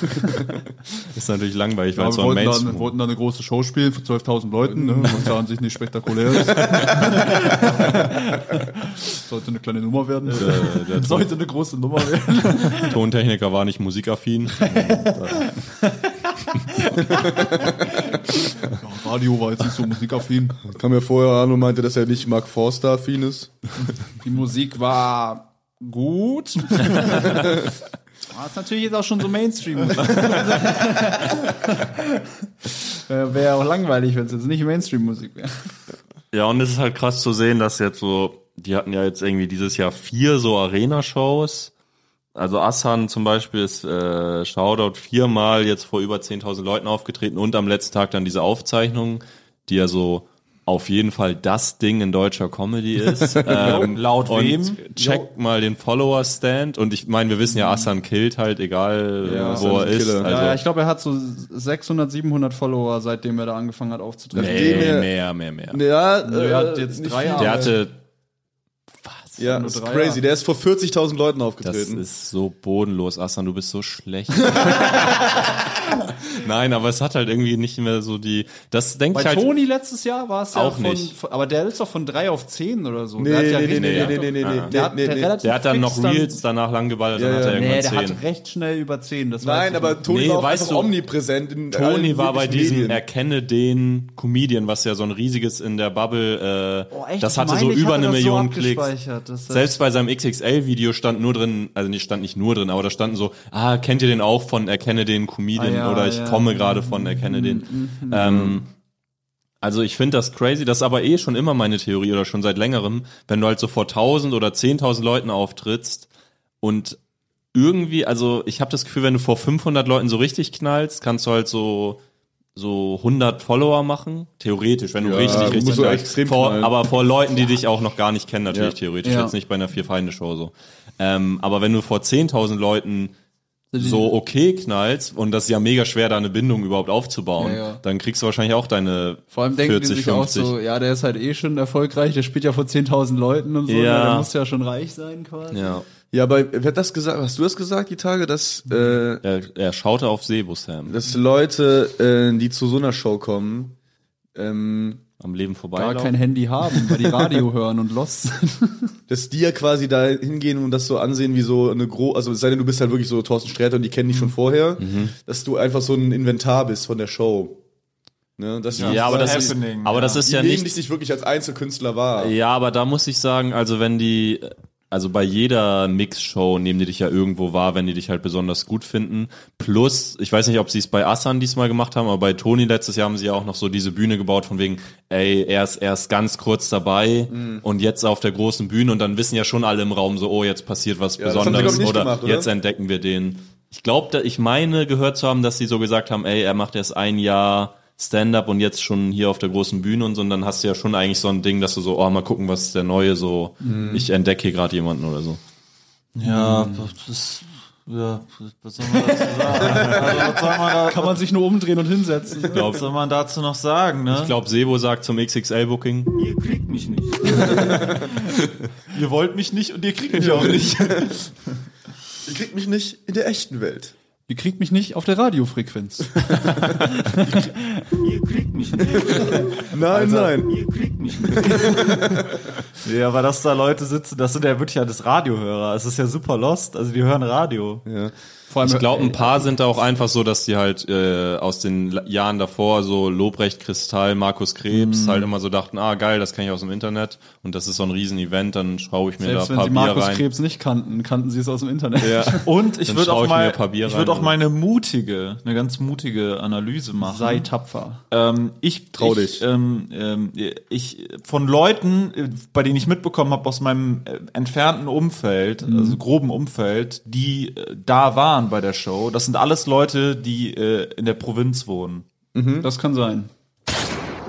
D: ist natürlich langweilig, wenn
B: Ja,
D: es
B: wir
D: am
B: wollten
D: Mainstream
B: dann, wollten dann eine große Show spielen für 12.000 Leuten, ne, was ja an sich nicht spektakulär ist. Sollte eine kleine Nummer werden.
D: der Ton-
B: Sollte eine große Nummer werden.
D: Tontechniker war nicht musikaffin.
B: Ja, Radio war jetzt nicht so musikaffin.
A: Kam mir vorher an und meinte, dass er nicht Mark Forster-affin ist.
B: Die Musik war gut. Das ist natürlich jetzt auch schon so Mainstream. wäre auch langweilig, wenn es jetzt nicht Mainstream-Musik wäre.
D: Ja, und es ist halt krass zu sehen, dass jetzt so, die hatten ja jetzt irgendwie dieses Jahr vier so Arena-Shows. Also Assan zum Beispiel ist äh, Shoutout viermal jetzt vor über 10.000 Leuten aufgetreten und am letzten Tag dann diese Aufzeichnung, die ja so auf jeden Fall das Ding in deutscher Comedy ist. Ähm,
C: Laut
D: und
C: wem?
D: Checkt mal den Follower-Stand und ich meine, wir wissen ja, Assan killt halt, egal
A: Ja,
D: äh,
A: Assan
D: wo
A: ist ein
D: er ist.
A: Killer.
D: Also,
B: ja, ich glaube, er hat so 600, 700 Follower, seitdem er da angefangen hat aufzutreten.
D: nee,
A: nachdem er-
D: mehr, mehr, mehr.
A: Ja, äh,
B: er hat jetzt
A: nicht
B: drei
A: viel.
B: Jahre.
D: Der hatte
A: Ja,
B: nur
A: das ist
B: drei
A: crazy.
B: Jahre.
A: Der ist vor 40.000 Leuten
D: Das
A: aufgetreten.
D: ist so bodenlos, Aslan, du bist so schlecht. Nein, aber es hat halt irgendwie nicht mehr so die. Das denke
B: Bei
D: ich halt.
B: Toni letztes Jahr war es ja
D: Auch
B: von,
D: nicht.
B: von, aber der ist doch von 3 auf 10 oder so.
A: Nee,
B: der hat ja
A: nee, nee, nee, nee,
B: richtig- der hat
A: nee,
B: doch-
A: nee, nee,
B: Der hat,
A: nee,
B: der
A: nee.
B: relativ
D: Der hat dann noch
B: fix dann-
D: Reels danach langgeballert,
A: Ja,
D: dann hat
A: ja.
D: er
B: Nee, der
D: irgendwann
B: hat
D: 10.
B: recht schnell über 10. Das weiß
A: Nein,
B: ich
A: aber
B: noch.
A: Toni
D: Nee,
A: war auch
D: weißt
A: einfach
D: du,
A: omnipräsent. In allen
D: Toni war bei
A: möglichen
D: diesem
A: Medien.
D: Erkenne den Comedian, was ja so ein riesiges in der Bubble, äh,
B: Oh, echt?
D: das
B: Ich
D: hatte
B: meine,
D: so
B: ich hatte
D: über eine
B: das so
D: Million Klicks.
B: abgespeichert, dass das-
D: Selbst bei seinem XXL-Video stand nur drin, also nicht stand nicht nur drin, aber da standen so, ah, kennt ihr den auch von Erkenne den Comedian
B: Ah, ja,
D: oder ich
B: ja. Mhm,
D: komme gerade von Erkenne den. Ähm, also ich finde das crazy, das ist aber eh schon immer meine Theorie oder schon seit längerem, wenn du halt so vor 1000 oder 10.000 Leuten auftrittst und irgendwie, also ich habe das Gefühl, wenn du vor 500 Leuten so richtig knallst, kannst du halt so so 100 Follower machen, theoretisch, wenn du
A: Ja,
D: richtig,
A: Ah, du
D: richtig
A: musst so
D: knallst.
A: extrem
D: vor,
A: knallen.
D: aber vor Leuten, die dich auch noch gar nicht kennen, natürlich
A: Ja.
D: theoretisch,
B: Ja.
D: jetzt nicht bei einer Vier-Feinde-Show so. Ähm, aber wenn du vor 10.000 Leuten so okay knallst, und das ist ja mega schwer, da eine Bindung überhaupt aufzubauen,
B: Ja, ja.
D: dann kriegst du wahrscheinlich auch deine
B: Vor allem denken
D: 40,
B: die sich
D: 50.
B: auch so, ja, der ist halt eh schon erfolgreich, der spielt ja vor 10.000 Leuten und so,
D: Ja.
B: ja. der muss ja schon reich sein quasi.
D: Ja.
A: Ja, aber wer hat das gesagt? Hast du das gesagt, die Tage, dass, äh,
D: Er, er schaute auf Sebusam.
A: dass Leute, äh, die zu so einer Show kommen, ähm,
D: Am Leben vorbei.
B: Gar kein Handy haben, weil die Radio hören und lost sind.
A: dass die ja quasi da hingehen und das so ansehen wie so eine gro also es sei denn, du bist halt wirklich so Thorsten Sträter und die kennen dich
D: Mhm.
A: schon vorher, dass du einfach so ein Inventar bist von der Show. Ne? Dass du
D: ja, aber das ist,
C: Happening,
D: aber das
C: ja.
D: ist
A: die
D: ja
A: nehmen
D: nicht
A: dich nicht wirklich als Einzelkünstler wahr.
D: Ja, aber da muss ich sagen, also wenn die, also bei jeder Mixshow nehmen die dich ja irgendwo wahr, wenn die dich halt besonders gut finden. Plus, ich weiß nicht, ob sie es bei Assan diesmal gemacht haben, aber bei Toni letztes Jahr haben sie ja auch noch so diese Bühne gebaut von wegen, ey, er ist, er ist ganz kurz dabei und jetzt auf der großen Bühne und dann wissen ja schon alle im Raum so, oh, jetzt passiert was
A: das haben sie,
D: Besonderes
A: glaub ich, nicht
D: oder,
A: gemacht, oder?
D: jetzt entdecken wir den. Ich glaube, ich meine gehört zu haben, dass sie so gesagt haben, ey, er macht erst ein Jahr Stand-up und jetzt schon hier auf der großen Bühne und so, und dann hast du ja schon eigentlich so ein Ding, dass du so, oh, mal gucken, was ist der Neue, so,
A: Mhm.
D: ich entdecke hier gerade jemanden oder so.
C: Ja, das ist. Ja, was soll man dazu sagen? Also, was soll man, da,
B: Kann man sich nur umdrehen und hinsetzen.
C: was soll man dazu noch sagen, ne?
D: Ich glaube, Sebo sagt zum XXL-Booking,
C: ihr kriegt mich nicht. ihr wollt mich nicht und ihr kriegt mich auch nicht.
A: Die kriegt mich nicht in der echten Welt.
B: Die kriegt mich nicht auf der Radiofrequenz.
C: ihr kriegt mich nicht.
A: Nein, nein.
C: Ihr kriegt mich nicht. ja, aber dass da Leute sitzen, das sind ja wirklich alles Radiohörer. Es ist ja super lost. Also die hören Radio.
D: Äh,
A: Ja.
B: Vor allem,
D: Ich glaube,
A: äh,
D: ein paar sind da auch einfach so, dass die halt äh, aus den La- Jahren davor so Lobrecht Kristall, Markus
A: Mhm.
D: Krebs halt immer so dachten, ah geil, das kann ich aus dem Internet und das ist so ein Riesen-Event, dann schaue ich mir
B: selbst
D: da
B: wenn
D: ein paar
B: sie
D: Bier
B: Markus
D: rein.
B: Krebs nicht kannten, kannten sie es aus dem Internet.
C: Und ich
D: Dann
C: würde
D: schau
C: auch
D: ich
C: mal,
D: mir ein paar Bier
C: ich
D: rein
C: würde auch
D: und-
C: mal eine mutige, eine ganz mutige Analyse machen.
B: Sei tapfer.
C: Ähm, ich
A: Trau
C: ich,
A: dich.
C: Ähm, ähm, ich von Leuten, äh, bei denen ich mitbekommen habe aus meinem äh, entfernten Umfeld,
D: Mhm.
C: also groben Umfeld, die äh, da waren bei der Show. Das sind alles Leute, die äh, in der Provinz wohnen.
B: Das kann sein.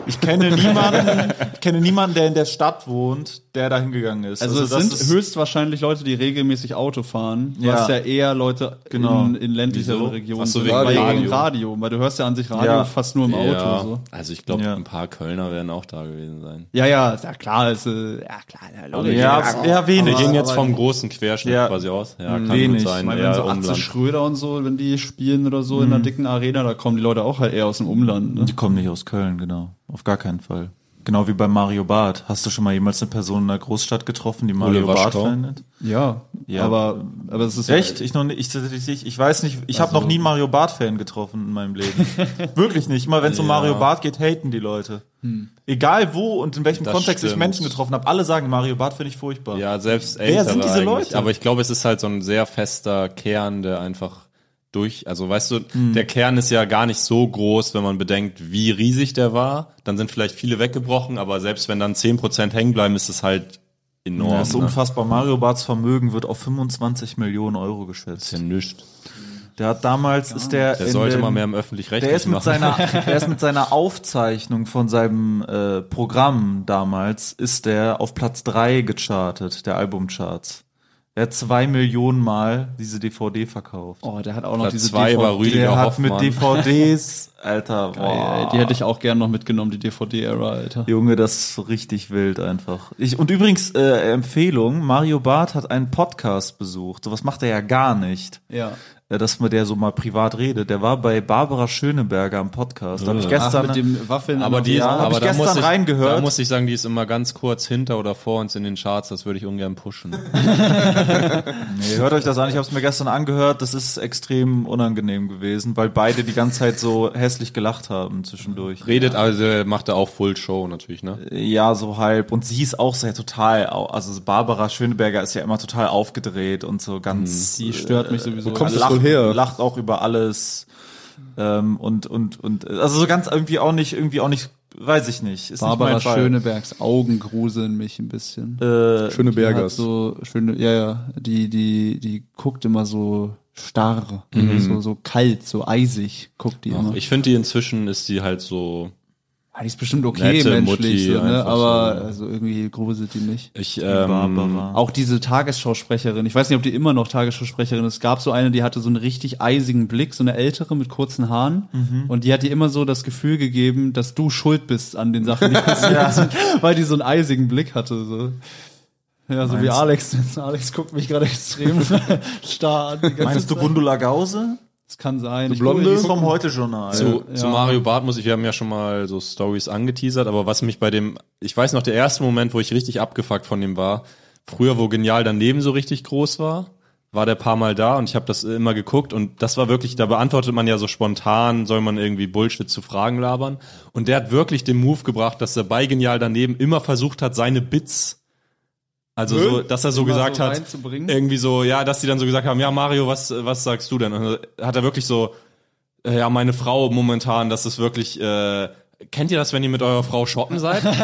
C: Ich kenne niemanden, ich kenne niemanden, der in der Stadt wohnt, der da hingegangen ist.
B: Also, es sind
C: ist-
B: höchstwahrscheinlich Leute, die regelmäßig Auto fahren,
C: Ja.
B: was ja eher Leute
C: Genau.
B: in, in ländlicheren
D: Wieso?
B: Regionen
D: Ach so,
B: sind,
D: wegen
B: weil
A: Radio.
B: wegen Radio, weil du hörst ja an sich Radio
C: Ja.
B: fast nur im Auto.
D: ja.
B: So.
D: Also ich glaube,
C: Ja.
D: ein paar Kölner werden auch da gewesen sein.
B: Ja, ja, ist ja klar, ist, äh, ja klar, ja, logisch.
C: ja, ja,
D: Wir
C: wenig.
D: gehen jetzt vom großen Querschnitt
C: Ja. Mhm.
D: quasi aus. Ja, kann
C: Wenig.
D: gut sein.
B: Ich meine, wenn
D: eher
B: so Atze
D: Umland.
B: Schröder und so, wenn die spielen oder so in einer dicken Arena, da kommen die Leute auch halt eher aus dem Umland. Ne?
C: Die kommen nicht aus Köln, genau. Auf gar keinen Fall. Genau wie bei Mario Barth. Hast du schon mal jemals eine Person in einer Großstadt getroffen, die Mario
D: Ole
C: Barth
D: Waschkau?
C: findet?
B: Ja,
C: Ja.
B: aber aber es ist
C: Echt? Ich noch nicht, ich, ich, ich weiß nicht, ich
D: Also-
C: habe noch nie einen Mario Barth Fan getroffen in meinem Leben. Wirklich nicht. Immer wenn es um
D: Ja. Hm.
C: Mario Barth geht, haten die Leute. Egal wo und in welchem
D: Das
C: Kontext ich
D: stimmt.
C: Menschen getroffen habe, alle sagen, Mario Barth finde ich furchtbar.
D: Ja, selbst
C: Wer
D: ältere
C: sind diese
D: eigentlich.
C: Leute?
D: Aber ich glaube, es ist halt so ein sehr fester Kern, der einfach durch, also weißt du,
C: Mhm.
D: der Kern ist ja gar nicht so groß, wenn man bedenkt, wie riesig der war. Dann sind vielleicht viele weggebrochen, aber selbst wenn dann 10% hängen bleiben, ist es halt enorm.
C: Das ist
D: ne?
C: unfassbar. Mario Barths Vermögen wird auf 25 Millionen Euro geschätzt.
D: ist ja nichts.
C: Der hat damals, ist der,
D: Der
C: in
D: sollte
C: den-
D: mal mehr im öffentlich-rechtlichen
C: Der ist, mit
D: machen.
C: seiner, der ist mit seiner Aufzeichnung von seinem äh, Programm damals, ist der auf Platz 3 gechartet, der Albumcharts. Er hat zwei Millionen Mal diese DVD verkauft.
B: Oh, der hat auch noch
D: Platz
B: diese
D: zwei war
B: DVD.
D: Rüdiger
C: der hat
D: Hoffmann.
C: mit DVDs, Alter,
B: Ey,
C: boah.
B: die hätte ich auch gern noch mitgenommen, die DVD-Ära, Alter.
C: Junge, das ist richtig wild einfach. Ich, und übrigens, äh, Empfehlung, Mario Barth hat einen Podcast besucht. Sowas macht er ja gar nicht.
B: Ja.
C: Äh, Dass man der so mal privat redet. Der war bei Barbara Schöneberger im Podcast. Da habe ich
B: Ach,
C: gestern. ne?
B: mit dem Waffeln.
D: Aber die,
C: Ja, hab
D: aber
C: ich
D: da
C: gestern
D: muss ich,
C: reingehört.
D: Da muss ich sagen, die ist immer ganz kurz hinter oder vor uns in den Charts. Das würde ich ungern pushen.
C: Nee, hört euch das an, ich habe es mir gestern angehört, das ist extrem unangenehm gewesen, weil beide die ganze Zeit so hässlich gelacht haben zwischendurch.
D: Redet also, macht er auch Full Show natürlich, ne?
C: Ja, so halb. Und sie ist auch sehr total, au- also Barbara Schöneberger ist ja immer total aufgedreht und so ganz.
B: Die stört mich sowieso.
A: Mhm. Äh, Wo kommt das
C: lacht,
A: wohl her?
C: lacht auch über alles. Ähm, und, und, und, also so ganz irgendwie auch nicht, irgendwie auch nicht, weiß ich nicht. Ist
B: Barbara
C: nicht mein Fall. Äh,
B: Schönebergs Augen gruseln mich ein bisschen.
A: Schöne
B: Die hat
A: Bergers.
B: so schöne, ja, ja, die, die, die guckt immer so starr, so, so kalt, so eisig guckt die immer.
D: Ich finde die inzwischen ist die halt so,
B: Ah, die ist bestimmt okay
D: Nette
B: menschlich,
D: Mutti
B: so, ne?
D: einfach
B: aber
D: so.
B: also irgendwie gruselt die mich.
D: ich, ähm,
C: Barbara.
B: Auch diese Tagesschausprecherin, ich weiß nicht, ob die immer noch Tagesschausprecherin ist. Es gab so eine, die hatte so einen richtig eisigen Blick, so eine ältere mit kurzen Haaren. Und die hat dir immer so das Gefühl gegeben, dass du schuld bist an den Sachen, die passiert sind, weil die so einen eisigen Blick hatte. So. Ja, so wie
C: Meinst-
B: Alex. Alex guckt mich gerade extrem starr an. die ganze
C: Meinst du
B: Zeit.
C: Gundula Gause?
B: Das kann sein. Ich
C: Die
B: gucke-
C: ist vom Heute-Journal.
D: Zu,
B: Ja.
D: zu Mario Barth muss ich, wir haben ja schon mal so Stories angeteasert, aber was mich bei dem, ich weiß noch, der erste Moment, wo ich richtig abgefuckt von dem war, früher, wo Genial daneben so richtig groß war, war der paar Mal da und ich habe das immer geguckt und das war wirklich, da beantwortet man ja so spontan, soll man irgendwie Bullshit zu Fragen labern und der hat wirklich den Move gebracht, dass er bei Genial daneben immer versucht hat, seine Bits also so, dass er so
B: Immer
D: gesagt
B: so
D: hat,
B: reinzubringen.
D: irgendwie so, ja, dass die dann so gesagt haben, ja Mario, was was sagst du denn? Und dann hat er wirklich so äh, ja, meine Frau momentan, das ist wirklich, äh, kennt ihr das, wenn ihr mit eurer Frau shoppen seid? und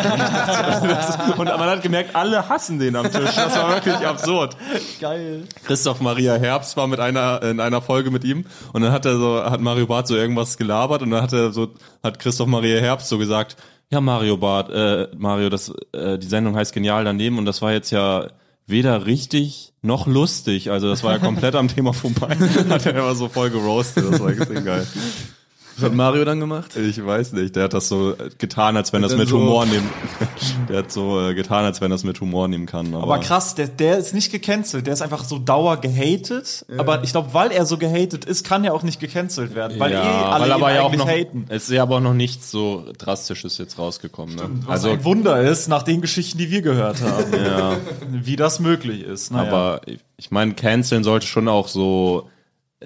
D: man hat gemerkt, alle hassen den am Tisch. Das war wirklich absurd.
B: Geil.
D: Christoph Maria Herbst war mit einer in einer Folge mit ihm und dann hat er so hat Mario Barth so irgendwas gelabert und dann hat er so hat Christoph Maria Herbst so gesagt, ja Mario Barth, äh, Mario, das äh, die Sendung heißt genial daneben und das war jetzt ja weder richtig noch lustig, also das war ja komplett am Thema vorbei. Hat er immer so voll geroastet, das war extrem geil.
A: Was hat Mario dann gemacht?
D: Ich weiß nicht, der hat das so getan, als wenn das
A: dann
D: mit
A: so-
D: Humor nehmen. Der hat so äh, getan, als wenn das mit Humor nehmen kann. Aber,
C: Aber krass, der, der ist nicht gecancelt, der ist einfach so dauer gehatet. Aber ich glaube, weil er so gehatet ist, kann er auch nicht gecancelt werden, weil
D: ja,
C: eh alle
D: weil
C: ihn
D: aber ja auch
C: eigentlich
D: noch,
C: haten.
D: es ist ja aber auch noch nichts so drastisches jetzt rausgekommen. Ne?
C: Was
D: Also,
C: ein Wunder ist, nach den Geschichten, die wir gehört haben,
D: ja,
C: wie das möglich ist. Naja.
D: aber ich- ich meine, canceln sollte schon auch so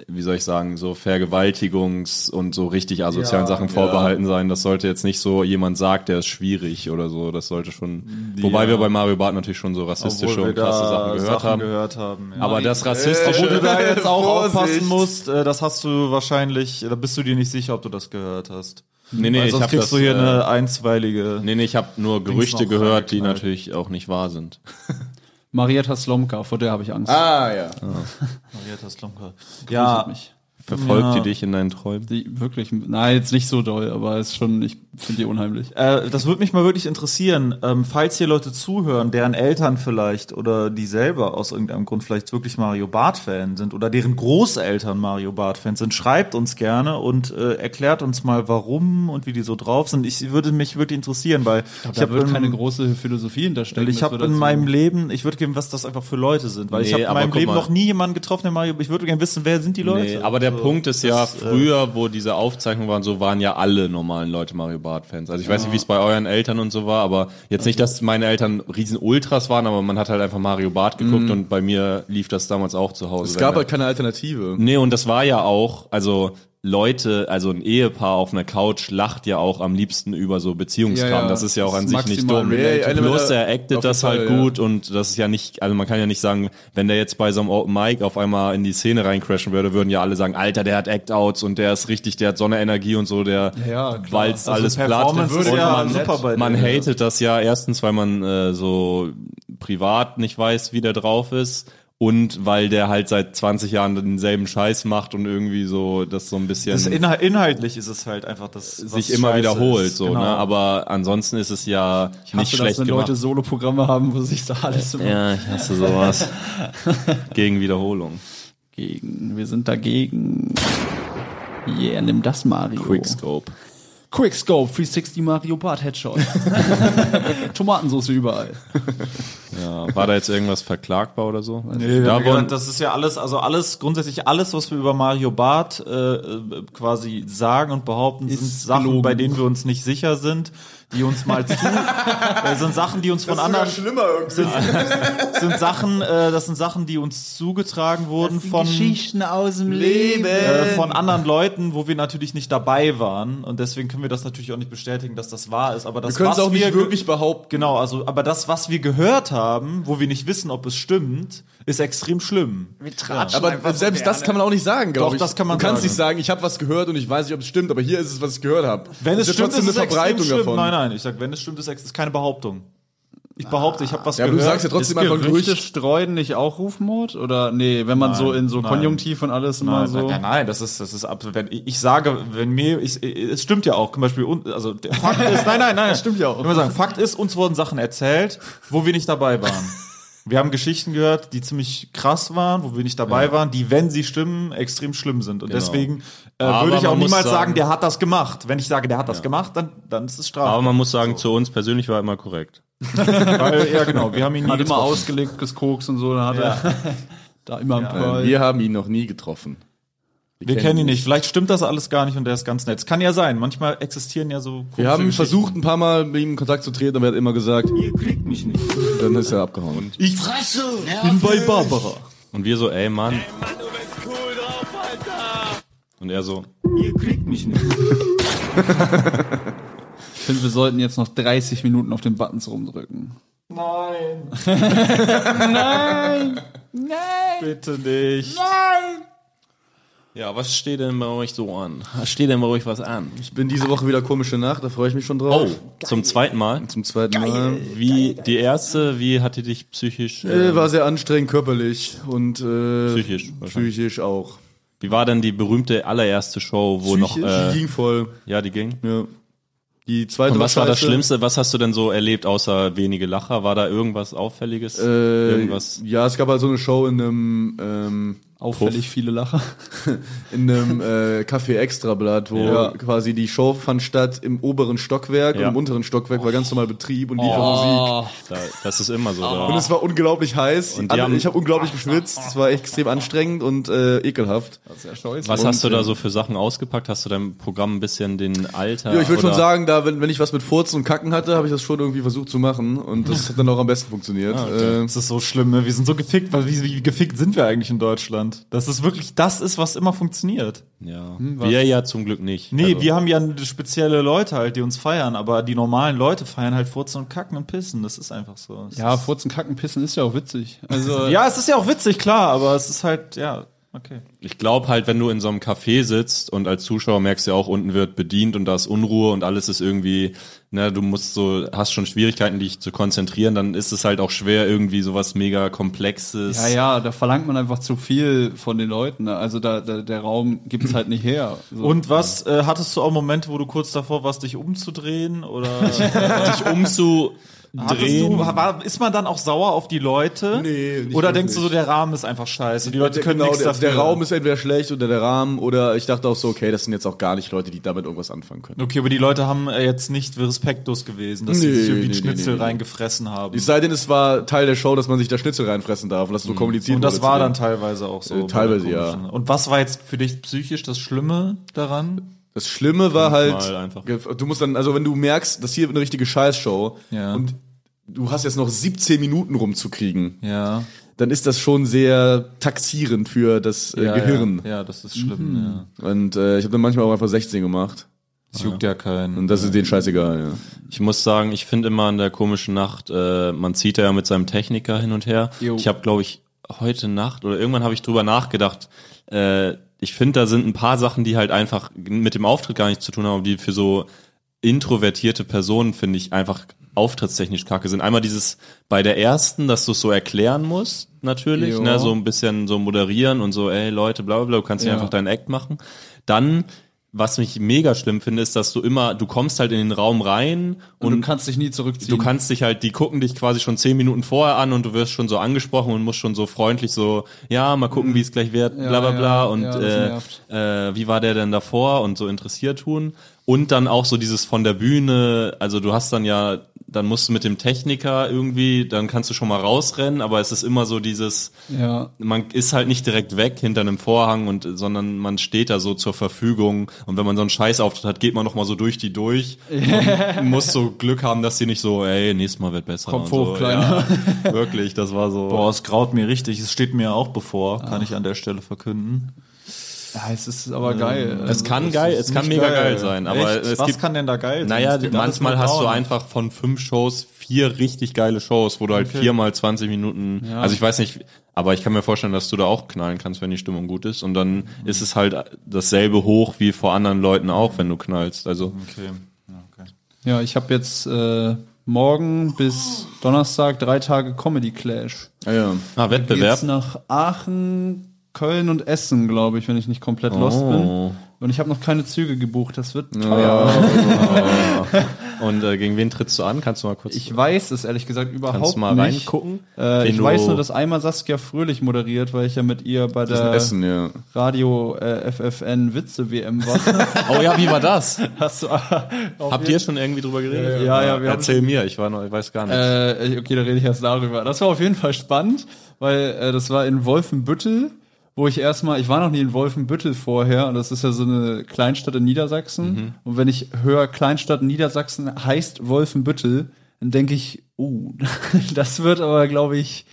D: wie soll ich sagen, so Vergewaltigungs- und so richtig asozialen
E: Ja,
D: Sachen vorbehalten sein. Das sollte jetzt nicht so jemand sagt, der ist schwierig oder so. Das sollte schon. Wobei wir bei Mario Barth natürlich schon so rassistische und krasse Sachen gehört haben.
C: gehört haben. ja.
D: aber das rassistische.
C: Obwohl du da jetzt auch
A: Vorsicht.
C: aufpassen musst, äh, das hast du wahrscheinlich, da bist du dir nicht sicher, ob du das gehört hast.
D: nee, nee,
C: Weil
D: ich
C: sonst
D: hab
C: kriegst
D: das,
C: du hier
D: äh,
C: eine einstweilige.
D: Nee, nee, ich habe nur Gerüchte
C: noch ne?
D: gehört, die
C: reingeknallt.
D: natürlich auch nicht wahr sind.
B: Marietta Slomka, vor der habe ich Angst.
A: Ah, ja.
C: Marietta Slomka.
B: Gruselt
C: Ja,
B: mich.
D: Verfolgt
C: Ja.
D: die dich in deinen Träumen?
B: Die, wirklich, nein, jetzt nicht so doll, aber ist schon, ich finde die unheimlich.
C: äh, das würde mich mal wirklich interessieren, ähm, falls hier Leute zuhören, deren Eltern vielleicht oder die selber aus irgendeinem Grund vielleicht wirklich Mario Barth-Fan sind oder deren Großeltern Mario Barth-Fans sind, schreibt uns gerne und äh, erklärt uns mal, warum und wie die so drauf sind. Ich würde mich wirklich interessieren, weil
B: Ich da wird
C: in-
B: keine große Philosophie hinterstecken.
C: Ich
B: das
C: habe
B: wird also
C: in
B: dazu-
C: meinem Leben, ich würde geben, was das einfach für Leute sind, weil ich
D: Nee,
C: habe in
D: aber
C: meinem
D: guck
C: Leben
D: mal.
C: noch nie jemanden getroffen, der Mario. Ich würde gerne wissen, wer sind die Leute?
D: Nee, aber der
C: So,
D: Punkt ist ja,
C: das, äh,
D: früher, wo diese Aufzeichnungen waren, so waren ja alle normalen Leute Mario Barth-Fans. Also ich weiß nicht, wie es bei euren Eltern und so war, aber jetzt nicht,
C: Also
D: dass meine Eltern riesen Ultras waren, aber man hat halt einfach Mario Barth
C: Mhm.
D: geguckt und bei mir lief das damals auch zu Hause.
A: Es gab
D: Wenn-
A: halt keine Alternative.
D: Nee, und das war ja auch, also Leute, also ein Ehepaar auf einer Couch lacht ja auch am liebsten über so Beziehungskram.
B: Ja, ja.
D: Das ist ja auch an
B: Das
D: sich
B: ist
D: nicht
B: maximal
D: dumm.
A: relatable. Ja, ja,
D: Plus er
A: auf
D: actet
A: jeden
D: das halt
A: Fall, ja.
D: gut und das ist ja nicht, also man kann ja nicht sagen, wenn der jetzt bei so einem Open Mic auf einmal in die Szene reincrashen würde, würden ja alle sagen, Alter, der hat Act-Outs und der ist richtig, der hat Sonnenenergie und so, der
B: Ja, ja, klar.
D: walzt alles platt.
C: Performance ist
D: Und
C: ja
D: man,
C: super bei
D: man
C: denen.
D: hatet das ja erstens, weil man äh, so privat nicht weiß, wie der drauf ist. Und weil der halt seit 20 Jahren denselben Scheiß macht und irgendwie so das so ein bisschen
C: Das eh Inhal inhaltlich ist es halt einfach, dass
D: sich immer wiederholt. So,
C: genau.
D: ne? Aber ansonsten ist es ja
B: Ich
D: nicht
B: hasse, dass
D: schlecht
B: wenn
D: gemacht.
B: Leute Solo-Programme haben, wo sich da alles immer
D: ja, ich hasse sowas. Gegen Wiederholung.
B: gegen. Wir sind dagegen. Yeah, nimm das Mario.
D: Quickscope.
B: Quickscope, 360 Mario Bart Headshot. Tomatensauce überall.
D: Ja, war da jetzt irgendwas verklagbar oder so?
C: Nee, wir
D: Da
C: haben
D: wurden-
C: gesagt, das ist ja alles, also alles, grundsätzlich alles, was wir über Mario Barth äh, äh, quasi sagen und behaupten, sind
B: Ist
C: Sachen,
B: gelogen.
C: bei denen wir uns nicht sicher sind, die uns mal zu, äh, sind Sachen, die uns von anderen,
A: schlimmer irgendwie.
C: sind Sachen, äh, das sind Sachen, die uns zugetragen wurden von,
B: aus dem
C: äh, von anderen Leuten, wo wir natürlich nicht dabei waren und deswegen können wir das natürlich auch nicht bestätigen, dass das wahr ist, aber das
A: Wir können es
C: was
A: auch nicht
C: ge-
A: wirklich behaupten.
C: Genau, also aber das, was wir gehört haben, wo wir nicht wissen, ob es stimmt, ist extrem schlimm.
A: Aber selbst das kann man auch nicht sagen, glaube
C: Doch,
A: ich.
C: das kann man
A: du kannst
C: sagen.
A: nicht sagen, ich habe was gehört und ich weiß nicht, ob es stimmt, aber hier ist es, was ich gehört habe.
C: Wenn es
A: ja
C: stimmt, ist
A: trotzdem
C: es
A: eine Verbreitung
C: extrem
A: davon.
C: schlimm. Nein, nein, ich sag, wenn es stimmt, ist es ist keine Behauptung. Ich behaupte, ich habe was
A: Ja, aber du
C: gehört.
A: sagst ja trotzdem einfach
B: Gerüchte
A: Gerücht.
B: streuen nicht auch Rufmord? Oder nee, wenn man so in so
C: nein.
B: Konjunktiv und alles immer
C: Nein,
B: so.
C: nein, nein, das ist, das ist ab, wenn ich ich sage, wenn mir, ich, es stimmt ja auch, zum Beispiel, un- also der Fakt ist, nein, nein, nein, das
B: Stimmt ja auch.
C: Ich muss sagen, Fakt ist, uns wurden Sachen erzählt, wo wir nicht dabei waren. Wir haben Geschichten gehört, die ziemlich krass waren, wo wir nicht dabei waren, die, wenn sie stimmen, extrem schlimm sind.
A: Genau.
C: Und deswegen äh,
D: Aber
C: würde ich auch
D: man muss
C: niemals sagen,
D: sagen-
C: der hat das gemacht. Wenn ich sage, der hat das gemacht, dann, dann ist es
D: Aber
C: Strafe.
D: man muss sagen, zu uns persönlich war immer korrekt.
C: Weil, ja, genau, wir haben ihn nie
B: Hat immer
C: getroffen.
B: ausgelegt, Koks und so, dann hat er da immer ein
A: Nein,
B: Pearl.
A: wir haben ihn noch nie getroffen.
C: Wir kennen ihn nicht. Vielleicht stimmt das alles gar nicht und der ist ganz nett. Kann ja sein. Manchmal existieren ja so komische
A: Wir haben
C: Geschichten.
A: versucht, ein paar Mal mit ihm in Kontakt zu treten, aber er hat immer gesagt, ihr kriegt mich nicht. Dann ist er abgehauen.
C: Ich bin bei Barbara.
D: Und wir so, ey Mann. Und er so,
B: Ich finde, wir sollten jetzt noch 30 Minuten auf den Buttons rumdrücken.
C: Nein. Nein. Nein. Bitte nicht.
D: ja, was steht denn bei euch so an? Steht denn bei euch was an?
A: Ich bin diese Woche wieder komische Nacht, da freue ich mich schon drauf.
D: Oh, zum zweiten Mal.
A: Zum zweiten Mal.
D: Wie die erste, wie hat die dich psychisch? Äh,
A: Äh, war sehr anstrengend körperlich und äh,
D: Psychisch wahrscheinlich.
A: psychisch auch.
D: wie war denn die berühmte allererste Show, wo noch
A: die
D: äh,
A: ging voll.
D: ja die ging?
A: Ja. Die zweite
D: Und was war das
A: scheiße.
D: Schlimmste? Was hast du denn so erlebt, außer wenige Lacher? War da irgendwas Auffälliges?
A: Äh,
D: irgendwas?
A: Ja, es gab halt so eine Show in einem ähm,
B: Auffällig viele Lacher.
A: in einem äh, Café Extrablatt, wo
D: Ja.
A: quasi die Show fand statt im oberen Stockwerk
D: Ja.
A: und im unteren Stockwerk war ganz normal Betrieb und Liefermusik.
B: Oh,
D: Da, das ist immer so.
A: Und
D: Da.
A: es war unglaublich heiß.
D: Und die
A: Alle-
D: haben-
A: ich habe unglaublich geschwitzt. Es war extrem anstrengend und äh, ekelhaft.
B: das ist ja scheiße.
D: Was
A: Und,
D: hast du da
A: äh,
D: so für Sachen ausgepackt? Hast du deinem Programm ein bisschen den Alter?
A: Ja, ich würde schon
D: oder-
A: sagen, da wenn, wenn ich was mit Furzen und Kacken hatte, habe ich das schon irgendwie versucht zu machen und
D: Ah,
A: das hat dann auch am besten funktioniert. Äh,
C: Das ist so schlimm, ne? Wir sind so gefickt, weil wie, wie gefickt sind wir eigentlich in Deutschland? fand. Dass es wirklich das ist, was immer funktioniert.
D: Ja.
A: hm,
D: wir ja zum Glück nicht.
C: Nee,
D: Also,
C: wir haben ja spezielle Leute halt, die uns feiern, aber die normalen Leute feiern halt Furzen und Kacken und Pissen. Das ist einfach so. Es
B: Ja,
C: ist,
B: Furzen, Kacken, Pissen ist ja auch witzig. Also,
C: ja, es ist ja auch witzig, klar, aber es ist halt, ja, okay.
D: Ich glaube halt, wenn du in so einem Café sitzt und als Zuschauer merkst du ja auch, unten wird bedient und da ist Unruhe und alles ist irgendwie, ne, du musst so, hast schon Schwierigkeiten, dich zu konzentrieren, dann ist es halt auch schwer, irgendwie sowas mega Komplexes.
B: ja, ja, da verlangt man einfach zu viel von den Leuten. ne? Also da, da der Raum gibt es halt nicht her. So.
C: Und was, äh, hattest du auch Momente, wo du kurz davor warst, dich umzudrehen? Oder
D: Dich umzu.
C: hattest du, war, ist man dann auch sauer auf die Leute?
A: Nee, nicht
C: Oder denkst
A: wirklich.
C: du so, der Rahmen ist einfach scheiße, die Leute
A: Der-
C: können nichts
A: genau, der,
C: dafür.
A: der Raum ist entweder schlecht oder der Rahmen oder ich dachte auch so, okay, das sind jetzt auch gar nicht Leute, die damit irgendwas anfangen können.
C: Okay, aber die Leute haben äh, jetzt nicht respektlos gewesen, dass sie
A: Nee,
C: sich irgendwie
A: nee,
C: einen Schnitzel
A: nee, nee, nee.
C: reingefressen haben.
A: Es sei denn, es war Teil der Show, dass man sich da Schnitzel reinfressen darf und das so kommuniziert
C: Mhm. Und
A: wurde
C: das
A: zu
C: war dann
A: denen.
C: teilweise auch so.
A: Äh,
C: bei
A: teilweise,
C: der komischen.
A: ja.
C: Und was war jetzt für dich psychisch das Schlimme daran?
A: Das Schlimme war
D: Mal
A: halt,
D: einfach.
A: du musst dann, also wenn du merkst, das hier wird eine richtige Scheißshow
C: Ja.
A: und du hast jetzt noch 17 Minuten rumzukriegen,
C: Ja.
A: dann ist das schon sehr taxierend für das äh,
C: ja
A: Gehirn.
C: Ja, ja, das ist schlimm. Ja.
A: Und äh, ich habe dann manchmal auch einfach 16 gemacht.
C: Das juckt ja keinen.
A: Und das ist denen scheißegal, ja.
D: Ich muss sagen, ich finde immer an der komischen Nacht, äh, man zieht da ja mit seinem Techniker hin und her.
B: Jo.
D: Ich habe, glaube ich, heute Nacht oder irgendwann habe ich drüber nachgedacht. Äh, ich finde, da sind ein paar Sachen, die halt einfach mit dem Auftritt gar nichts zu tun haben, die für so introvertierte Personen, finde ich, einfach auftrittstechnisch kacke sind. Einmal dieses bei der ersten, dass du es so erklären musst, natürlich,
B: Jo.
D: ne, so ein bisschen so moderieren und so, ey Leute, bla bla bla, du kannst nicht
B: Ja.
D: einfach deinen Act machen. Dann, was mich mega schlimm finde, ist, dass du immer, du kommst halt in den Raum rein
B: Und
D: und
B: du kannst dich nie zurückziehen.
D: Du kannst dich halt, die gucken dich quasi schon zehn Minuten vorher an und du wirst schon so angesprochen und musst schon so freundlich so, ja, mal gucken, wie es gleich wird,
B: Mhm. Ja,
D: bla bla
B: ja,
D: bla
B: ja,
D: und
B: das nervt.
D: äh, äh, wie war der denn davor und so interessiert tun. Und dann auch so dieses von der Bühne, also du hast dann ja, dann musst du mit dem Techniker irgendwie, dann kannst du schon mal rausrennen, aber es ist immer so dieses,
B: ja.
D: man ist halt nicht direkt weg hinter einem Vorhang und sondern man steht da so zur Verfügung und wenn man so einen Scheißauftritt hat, geht man noch mal so durch die durch und muss so Glück haben, dass die nicht so, ey, nächstes Mal wird besser.
B: Kopf
D: und
B: hoch,
D: so.
B: Kleiner.
D: Ja, wirklich, das war so.
C: Boah, es graut mir richtig. Es steht mir auch bevor, kann ich an der Stelle verkünden.
B: ja, es ist aber geil. Also,
D: es kann geil, es kann mega geil, sein, aber
C: Echt?
D: es
C: was
D: gibt
C: kann denn da geil sein?
D: naja,
C: Es gibt alles
D: manchmal
C: nur
D: hast du
C: Down.
D: einfach von fünf Shows vier richtig geile Shows, wo du halt viermal 20 Minuten, also ich weiß nicht, aber ich kann mir vorstellen, dass du da auch knallen kannst, wenn die Stimmung gut ist. Und dann ist es halt dasselbe hoch wie vor anderen Leuten auch, wenn du knallst. Also
C: Okay. Ja, okay.
B: Ja, ich habe jetzt äh, morgen bis Donnerstag drei Tage Comedy Clash.
A: Ah, ja.
D: ah, Wettbewerb.
B: Geht's nach Aachen, Köln und Essen, glaube ich, wenn ich nicht komplett lost
D: Oh.
B: bin. Und ich habe noch keine Züge gebucht. Das wird teuer.
D: Und äh, gegen wen trittst du an? Kannst du mal kurz
B: Ich weiß es ehrlich gesagt überhaupt
D: kannst du mal
B: nicht.
D: reingucken?
B: Äh,
D: Wen
B: ich
D: du-
B: weiß nur, dass einmal Saskia Fröhlich moderiert, weil ich ja mit ihr bei
A: Das ist ein
B: der
A: Essen, ja.
B: Radio äh, FFN Witze WM war.
D: Oh ja, wie war das?
B: Hast du,
D: Habt ihr schon irgendwie drüber geredet?
B: Ja, ja, wir haben-
D: Erzähl mir, ich war noch, ich weiß gar nicht.
B: Äh, okay, da rede ich erst darüber. Das war auf jeden Fall spannend, weil äh, das war in Wolfenbüttel, wo ich erstmal, ich war noch nie in Wolfenbüttel vorher und das ist ja so eine Kleinstadt in Niedersachsen. Und wenn ich höre, Kleinstadt in Niedersachsen heißt Wolfenbüttel, dann denke ich, uh, das wird aber, glaube ich,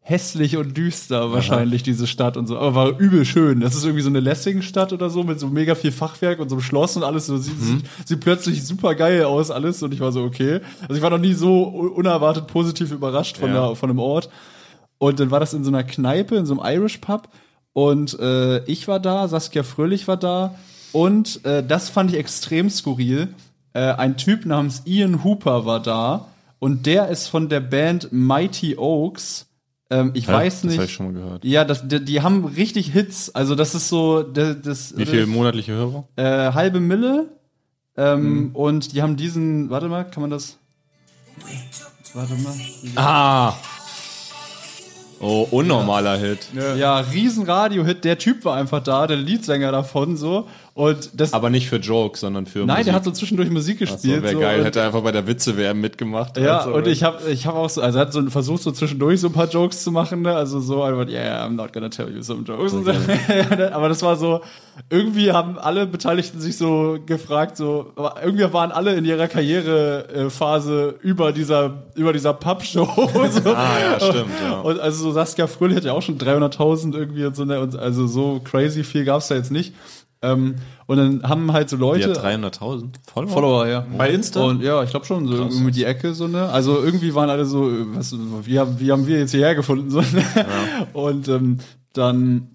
B: hässlich und düster wahrscheinlich, diese Stadt und so. Aber war übel schön. Das ist irgendwie so eine Lessing-Stadt oder so mit so mega viel Fachwerk und so einem Schloss und alles. So sieht, sieht, sieht plötzlich super geil aus alles und ich war so, okay. Also ich war noch nie so u- unerwartet positiv überrascht von,
D: Ja.
B: der, von einem Ort. Und dann war das in so einer Kneipe, in so einem Irish Pub. Und äh, ich war da, Saskia Fröhlich war da. Und äh, das fand ich extrem skurril. Äh, ein Typ namens Ian Hooper war da. Und der ist von der Band Mighty Oaks. Ähm, ich
D: Hä?
B: weiß
D: Das
B: nicht.
D: hab ich schon mal gehört.
B: Ja, das, die, die haben richtig Hits. Also das ist so das, das
D: wie viel monatliche Hörer?
B: äh, halbe Mille. Ähm,
D: Mhm.
B: Und die haben diesen. Warte mal, kann man das? Warte mal.
D: Ah! Oh, unnormaler Hit.
B: Ja, riesen Radio-Hit. Der Typ war einfach da, der Leadsänger davon so. Und das,
D: Aber nicht für Jokes, sondern für
B: nein,
D: Musik.
B: der hat so zwischendurch Musik
D: so,
B: gespielt.
D: wäre
B: so,
D: geil,
B: und-
D: hätte er einfach bei der Witze-WM mitgemacht.
B: Ja,
D: Also,
B: und ich habe ich hab auch so, also er hat so versucht, so zwischendurch so ein paar Jokes zu machen, ne? also so, einfach, yeah, I'm not gonna tell you some jokes. Und so. aber das war so, irgendwie haben alle Beteiligten sich so gefragt, so, aber irgendwie waren alle in ihrer Karrierephase über dieser, über dieser Pub-Show. so.
D: Ah, ja, stimmt, ja.
B: Und also so Saskia Fröhlich hat ja auch schon 300.000 irgendwie und so, ne? und also so crazy viel gab's da jetzt nicht. Ähm, und dann haben halt so
D: Die
B: Leute.
D: hat 300.000 Follower.
B: Follower, ja.
D: Bei Insta?
B: Und ja, ich glaube schon, so irgendwie die Ecke, so ne. Also irgendwie waren alle so, äh, was, wie, haben, wie haben wir jetzt hierher gefunden, so ne? Und ähm, dann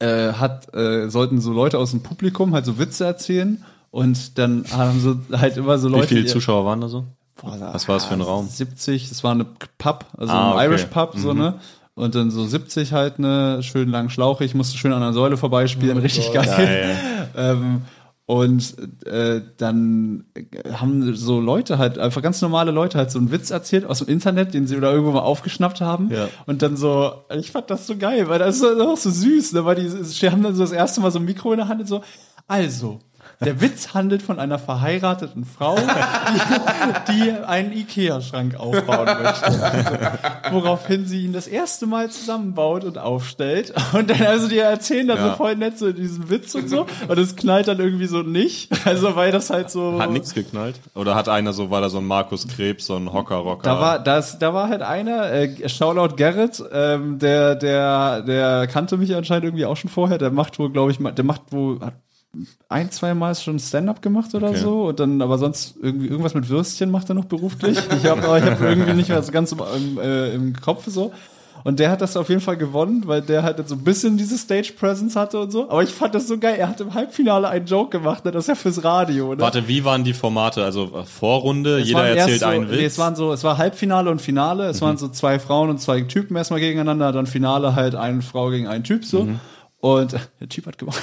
B: äh, hat, äh, sollten so Leute aus dem Publikum halt so Witze erzählen und dann haben so halt immer so
D: Wie
B: Leute.
D: viele
B: die-
D: Zuschauer waren da so?
B: Boah,
D: Was war das für ein Raum?
B: 70, das war eine Pub, also
D: Ah,
B: ein
D: okay.
B: Irish Pub, so ne. Und dann so 70 halt, ne, schön lang schlauchig, musste schön an der Säule vorbeispielen, richtig geil. Ähm, und äh, dann äh, haben so Leute halt, einfach ganz normale Leute halt so einen Witz erzählt aus dem Internet, den sie oder irgendwo mal aufgeschnappt haben.
D: Ja.
B: Und dann so, ich fand das so geil, weil das ist auch so süß, ne? weil die, die haben dann so das erste Mal so ein Mikro in der Hand und so, also. Der Witz handelt von einer verheirateten Frau, die, die einen Ikea-Schrank aufbauen möchte. Woraufhin sie ihn das erste Mal zusammenbaut und aufstellt. Und dann, also die erzählen dann so
D: Ja.
B: voll nett so diesen Witz und so. Und es knallt dann irgendwie so nicht. Also weil das halt so.
D: Hat nichts geknallt? Oder hat einer so, war da so ein Markus Krebs, so ein Hocker-Rocker?
B: Da war, das, da war halt einer, äh, Shoutout Garrett, ähm, der, der, der kannte mich anscheinend irgendwie auch schon vorher. Der macht wohl, glaube ich, mal- der macht wohl hat ein, zwei Mal schon Stand-up gemacht oder
D: Okay.
B: so. Und dann, aber sonst irgendwie irgendwas mit Würstchen macht er noch beruflich. Ich habe ich hab irgendwie nicht mehr so ganz im, im, äh, im Kopf so. Und der hat das auf jeden Fall gewonnen, weil der halt so ein bisschen diese Stage-Presence hatte und so. Aber ich fand das so geil. Er hat im Halbfinale einen Joke gemacht, ne? das ist ja fürs Radio. Ne?
D: Warte, wie waren die Formate? Also äh, Vorrunde,
B: Es
D: jeder
B: waren erst
D: erzählt
B: so,
D: einen Witz. Mhm.
B: Nee, es waren so, es war Halbfinale und Finale. Es waren so zwei Frauen und zwei Typen erstmal gegeneinander, dann Finale halt eine Frau gegen einen Typ so.
D: Mhm.
B: Und der Typ hat gemacht.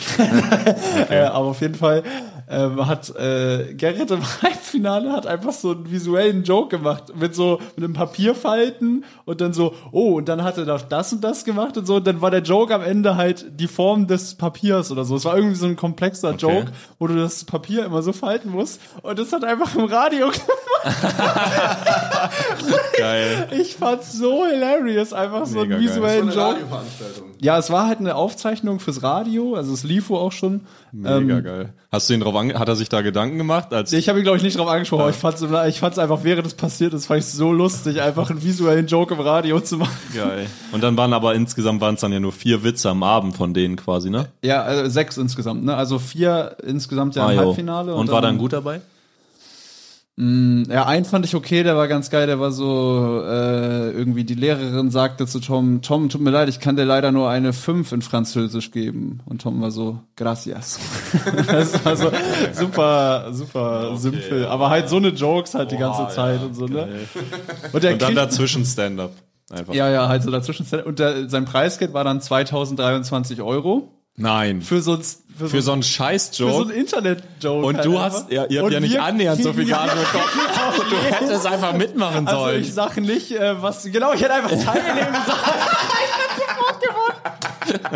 B: äh, aber auf jeden Fall ähm, hat äh, Gerrit im Halbfinale hat einfach so einen visuellen Joke gemacht mit so mit einem Papierfalten und dann so, oh, und dann hat er doch das und das gemacht und so. Und dann war der Joke am Ende halt die Form des Papiers oder so. Es war irgendwie so ein komplexer Joke, wo du das Papier immer so falten musst. Und das hat einfach im Radio
D: Geil.
B: Ich fand's so hilarious, einfach so
D: Mega
B: einen
D: geil.
E: So
B: visuellen
E: eine
B: Joke.
E: Radioveranstaltung.
B: Ja, es war halt eine Aufzeichnung fürs Radio, also es lief wohl auch schon. Ähm,
D: Mega geil. Hast du ihn drauf ange hat er sich da Gedanken gemacht? Als
B: ich habe ihn, glaube ich, nicht drauf angesprochen, aber ich fand's, im- ich fand's einfach, während es passiert ist, fand ich so lustig, einfach einen visuellen Joke im Radio zu machen.
D: geil. Und dann waren aber insgesamt waren es dann ja nur vier Witze am Abend von denen quasi, ne?
B: Ja, also sechs insgesamt, ne? Also vier insgesamt ja
D: Ah,
B: im
D: jo.
B: Halbfinale.
D: Und war dann gut dabei?
B: Ja, einen fand ich okay, der war ganz geil, der war so, äh, irgendwie die Lehrerin sagte zu Tom, Tom, tut mir leid, ich kann dir leider nur eine 5 in Französisch geben. Und Tom war so, gracias. das war so super, super simpel. Aber halt so eine Jokes halt die ganze Zeit und so, ne? Und, der
D: Und dann
B: kriegt-
D: dazwischen Stand-up. Einfach.
B: ja, ja, halt so dazwischen. Und der, sein Preisgeld war dann 2023 Euro.
D: Nein. Für,
B: Für so ein, für so,
D: so einen Scheiß-Joke.
B: für so ein Internet-Joke.
D: und
B: halt
D: du
B: einfach.
D: hast, ja, ihr habt
B: Und
D: ja nicht
B: wir
D: annähernd so viel
B: kriegen-
D: Gage bekommen. Du hättest einfach mitmachen
B: Also
D: sollen.
B: ich sage nicht, äh, was genau, ich hätte einfach teilnehmen sollen. ich hätte sofort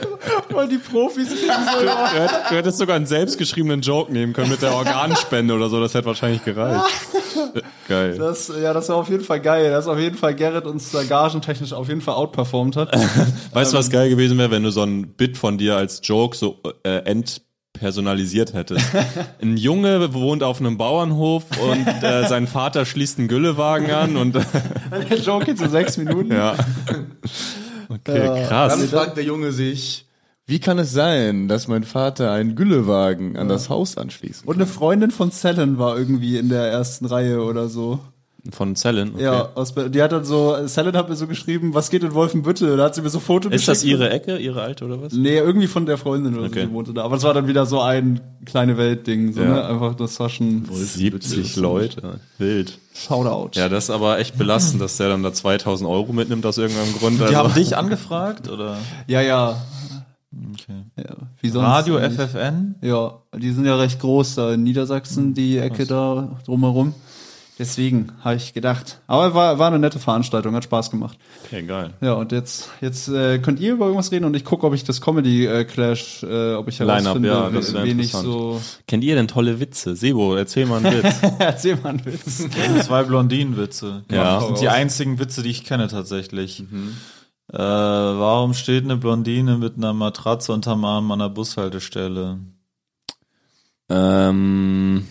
B: gewonnen. Weil die Profis kriegen so.
D: Du hätt- du hättest sogar einen selbstgeschriebenen Joke nehmen können mit der Organspende oder so, das hätte wahrscheinlich gereicht. Geil.
B: Das, ja, das war auf jeden Fall geil, dass auf jeden Fall Gerrit uns da gagentechnisch auf jeden Fall outperformt hat.
D: Weißt du, was geil gewesen wäre, wenn du so ein Bit von dir als Joke so äh, entpersonalisiert hättest? Ein Junge wohnt auf einem Bauernhof und äh, sein Vater schließt einen Güllewagen an und äh,
B: Der Joke geht so sechs Minuten.
D: ja. Okay,
A: Dann
D: krass.
A: fragt der Junge sich, wie kann es sein, dass mein Vater einen Güllewagen an das Haus anschließt?
B: Und eine Freundin von Selen war irgendwie in der ersten Reihe oder so.
D: Von Zellen. Okay.
B: Ja, aus, Be- die hat dann so, Selen hat mir so geschrieben, was geht in Wolfenbüttel? Da hat sie mir so Foto
D: Ist das
B: geschickt.
D: ihre Ecke, ihre alte oder was?
B: Nee, irgendwie von der Freundin oder
D: Okay.
B: so, die wohnte da. Aber es war dann wieder so ein kleine Welt-Ding, so,
D: Ja.
B: ne? Einfach das war schon
D: 70 Leute. Wild.
B: Shoutout.
D: Ja, das ist aber echt belastend, dass der dann da 2000 Euro mitnimmt aus irgendeinem Grund.
C: Die
D: Also,
C: haben dich angefragt oder
B: ja, ja.
C: Okay.
B: ja. Wie sonst
C: Radio
B: nicht.
C: FFN?
B: Ja, die sind ja recht groß da in Niedersachsen, die Ecke da drumherum. Deswegen habe ich gedacht. Aber war, war eine nette Veranstaltung, hat Spaß gemacht.
D: Okay, geil.
B: Ja, und jetzt, jetzt äh, könnt ihr über irgendwas reden und ich gucke, ob ich das Comedy äh, Clash, äh, ob ich
D: Line-up,
B: herausfinde,
D: ja, das wär
B: wen ich
D: interessant.
B: so
D: Kennt ihr denn tolle Witze? Sebo, erzähl mal einen Witz.
B: erzähl mal einen Witz.
C: Zwei Blondinenwitze. Genau.
D: Ja.
C: Das sind die einzigen Witze, die ich kenne tatsächlich.
D: Mhm.
C: Äh, warum steht eine Blondine mit einer Matratze unterm Arm an der Bushaltestelle?
D: ähm,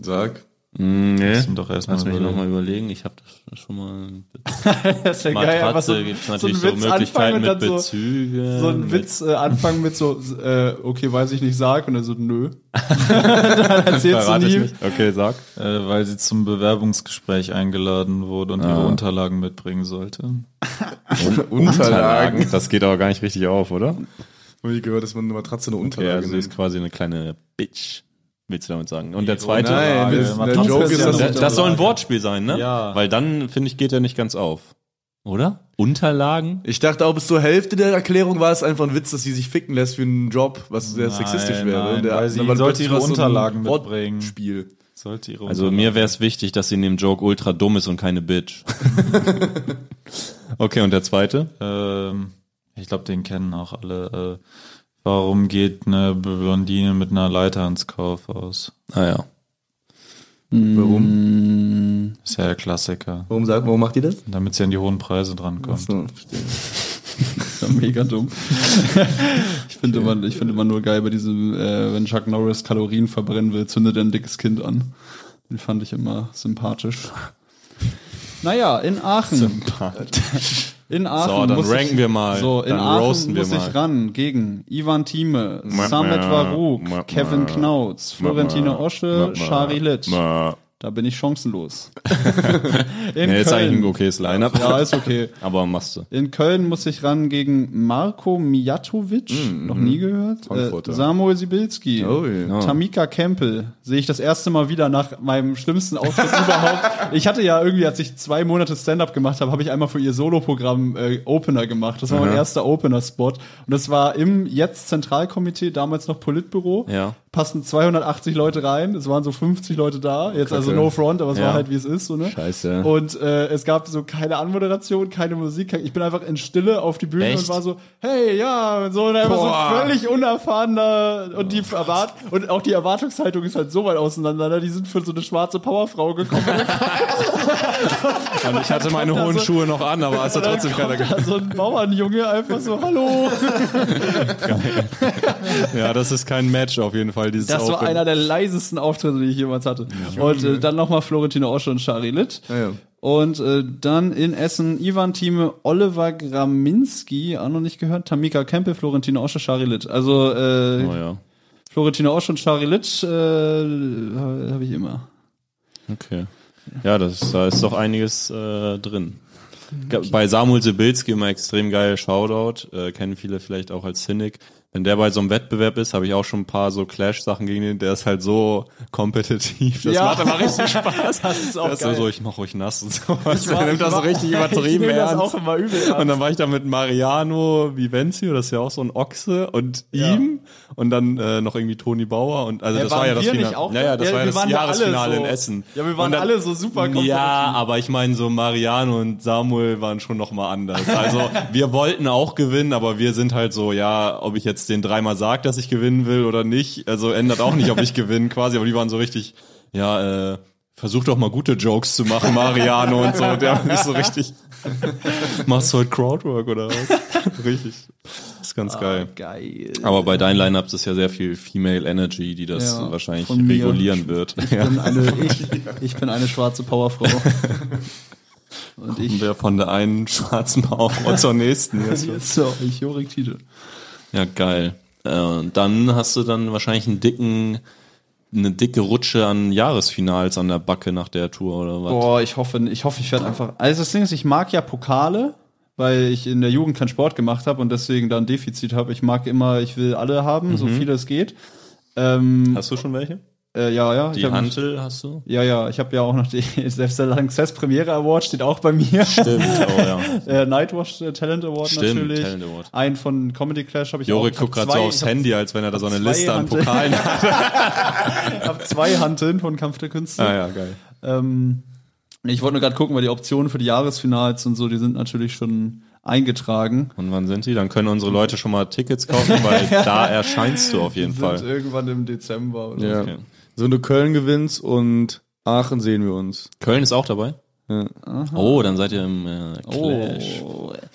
A: Sag.
D: mh, nee.
C: Lass ihn doch erstmal
D: Lass mich
C: überlegen.
D: nochmal überlegen. Ich habe das schon mal.
B: Das ist Also, ja geil, aber so,
D: Matratze gibt's
B: so
D: natürlich
B: einen
D: so,
B: Witz anfangen
D: Möglichkeiten
B: und
D: mit
B: dann so,
D: Bezügen.
B: so einen
D: mit-
B: Witz äh, anfangen mit so, äh, okay, weiß ich nicht, sag und dann so, nö. dann erzählst du
D: Verrate ich
B: nie.
D: nicht. Okay, sag.
C: Äh, weil sie zum Bewerbungsgespräch eingeladen wurde und
D: Ah.
C: ihre Unterlagen mitbringen sollte.
A: Unterlagen.
D: Das geht aber gar nicht richtig auf, oder?
A: Hab ich gehört, dass man eine Matratze eine
D: Okay,
A: Unterlage
D: also sie ist
A: nennt.
D: quasi eine kleine Bitch. Willst du damit sagen?
B: Oh
D: Und der zweite.
A: Nein,
C: Frage.
A: das, der
C: Matratze
A: Joke
C: ist
A: ist,
C: ja eine
A: dass
D: das,
C: Unterlage.
D: das soll ein Wortspiel sein, ne?
C: Ja.
D: Weil dann, finde ich, geht er nicht ganz auf. Oder? Unterlagen?
A: Ich dachte auch, bis zur Hälfte der Erklärung war es einfach ein Witz, dass sie sich ficken lässt für einen Job, was sehr
C: Nein,
A: sexistisch wäre.
C: nein,
A: Und der-
C: weil sie
A: dann war
C: sollte ihre
A: plötzlich was so ein
C: Unterlagen mitbringen.
A: Wortspiel.
C: Sollte ihre
D: Also
C: Unterlagen-
D: mir wäre es wichtig, dass sie in dem Joke ultra dumm ist und keine Bitch. okay, und der zweite?
C: Ähm, ich glaube, den kennen auch alle. Äh, warum geht eine Blondine mit einer Leiter ins Kaufhaus?
D: Ah ja.
B: Mhm.
D: Mhm.
A: Warum?
C: Ist ja der Klassiker.
A: Warum sagt, warum macht ihr das?
C: Damit sie an die hohen Preise drankommt.
A: So.
B: Ja, mega dumm. ich finde immer, ich finde immer nur geil bei diesem, äh, wenn Chuck Norris Kalorien verbrennen will, zündet er ein dickes Kind an. Den fand ich immer sympathisch. Naja, in Aachen. In Aachen.
D: So, dann
B: muss
D: ranken
B: ich,
D: wir mal.
B: So, in
D: Dann
B: Aachen
D: roasten wir
B: muss
D: mal.
B: ich ran gegen Ivan Thieme,
D: Mua,
B: Samet
D: mua, mua,
B: Varuk, Kevin
D: mua.
B: Knautz, Florentine Osche, Shari Litt.
D: Ja,
B: Da bin ich chancenlos. In
D: nee, ist eigentlich ein
B: Köln.
D: okayes Line-Up.
B: Ja, ist okay.
D: Aber machst du.
B: In Köln muss ich ran gegen Marco Mijatovic, noch nie gehört. Äh,
A: Mhm, Frankfurter.
B: Samuel Sibilski,
A: Oh, ja.
B: Tamika Kempel, sehe ich das erste Mal wieder nach meinem schlimmsten Auftritt überhaupt. Ich hatte ja irgendwie, als ich zwei Monate Stand-up gemacht habe, habe ich einmal für ihr Soloprogramm äh, Opener gemacht. Das war mein erster Opener-Spot. Und das war im jetzt Zentralkomitee, damals noch Politbüro.
D: Ja.
B: Passten 280 Leute rein. Es waren so 50 Leute da. Jetzt also
A: Kacke.
B: no front, aber es
D: Ja.
B: war halt wie es ist. So, ne?
A: Scheiße.
B: Und äh, es gab so keine Anmoderation, keine Musik. kein- Ich bin einfach in Stille auf die Bühne
D: Echt?
B: und war so, hey, ja, so und einfach so völlig unerfahrener und
D: Oh
B: die erwart und auch die Erwartungshaltung ist halt so weit auseinander. ne? Die sind für so eine schwarze Powerfrau gekommen.
D: Und ich hatte meine hohen Schuhe noch an, aber hast du
B: Dann
D: trotzdem keiner
B: kommt da so ein Bauernjunge einfach so, hallo.
D: Ja, das ist kein Match auf jeden Fall. Dieses
B: Das war
D: Open.
B: einer der leisesten Auftritte, die ich jemals hatte. Und äh, dann nochmal Florentine Osche und Shari Litt.
A: ja.
B: Und äh, dann in Essen Ivan Thieme, Oliver Graminski, auch noch nicht gehört, Tamika Kempe, Florentine Osche, Shari Litt. Also äh,
D: Oh ja.
B: Florentine Osche und Shari Litt äh, habe ich immer.
D: Okay. Ja, das, da ist doch einiges äh, drin. Ge- Bei Samuel Sibilski immer extrem geil, Shoutout, äh, kennen viele vielleicht auch als Cynic. Wenn der bei so einem Wettbewerb ist, habe ich auch schon ein paar so Clash-Sachen gegen den, der ist halt so kompetitiv, das
B: Ja.
D: macht immer richtig Spaß.
B: Das ist auch
D: Der ist so,
B: geil.
D: so, ich mach euch nass und sowas.
B: war-
D: Der nimmt das so
B: ich war-
D: richtig
B: Ich
D: übertrieben
B: nehme das
D: ernst.
B: auch immer übel.
D: Und dann war ich da mit Mariano Vivencio, das ist ja auch so ein Ochse, und
B: Ja.
D: ihm und dann äh, noch irgendwie Toni Bauer und also
B: Ja,
D: das
B: waren
D: war ja das
B: wir nicht
D: Finale.
B: auch
D: Ja, ja, das
B: da? Ja,
D: war
B: wir
D: ja das
B: waren ja alle
D: Jahresfinale
B: so-
D: in Essen.
B: Ja, wir waren
D: Und dann-
B: alle so super kompetitiv.
D: Ja, aber ich meine so Mariano und Samuel waren schon noch mal anders. Also wir wollten auch gewinnen, aber wir sind halt so, ja, ob ich jetzt den dreimal sag, dass ich gewinnen will oder nicht, also ändert auch nicht, ob ich gewinne quasi, aber die waren so richtig, ja, äh Versuch doch mal gute Jokes zu machen, Mariano und so. Der ist so richtig. Machst du heute Crowdwork oder was? Richtig. Ist
B: Ah.
D: ganz geil.
B: Geil.
D: Aber bei deinen Lineups ist ja sehr viel Female Energy, die das
B: Ja,
D: wahrscheinlich
B: von mir.
D: regulieren wird.
B: Ich bin, eine, ich, ich bin eine schwarze Powerfrau. Und
D: Und
B: ich
D: wer von der einen schwarzen Powerfrau zur nächsten ist.
B: so, ich Jorik Titel.
D: Ja, geil. Äh, und dann hast du dann wahrscheinlich einen dicken, eine dicke Rutsche an Jahresfinals an der Backe nach der Tour oder was?
B: Boah, ich hoffe, ich hoffe, ich werde einfach. Also das Ding ist, ich mag ja Pokale, weil ich in der Jugend keinen Sport gemacht habe und deswegen da ein Defizit habe. Ich mag immer, ich will alle haben, so
D: Mhm.
B: viele es geht. Ähm,
D: Hast du schon welche?
B: äh, ja, ja. ich
D: Die
B: hab-
D: Hantel hast du?
B: Ja, ja, ich habe ja auch noch die, selbst der Lanxess Premiere Award steht auch bei mir.
D: Stimmt, oh ja.
B: Äh, Nightwatch äh, Talent Award
D: Stimmt,
B: natürlich.
D: Talent Award.
B: Einen von Comedy Clash habe ich auch.
D: Jorik
B: Hab
D: guckt gerade so
B: zwei-
D: aufs
B: ich hab-
D: Handy, als wenn er da so eine
B: zwei
D: Liste an
B: Hantel.
D: Pokalen hat.
B: Ich habe zwei Hanteln von Kampf der Künste.
D: ja, geil.
B: Ähm, ich wollte nur gerade gucken, weil die Optionen für die Jahresfinals und so, die sind natürlich schon eingetragen.
D: Und wann sind die? Dann können unsere Leute schon mal Tickets kaufen, weil da erscheinst du auf jeden
B: sind
D: Fall.
B: irgendwann im Dezember oder
A: Ja.
B: so.
D: Okay.
A: So, wenn du Köln gewinnst und Aachen sehen wir uns.
D: Köln ist auch dabei.
A: Ja.
D: Oh, dann seid ihr im äh, Clash.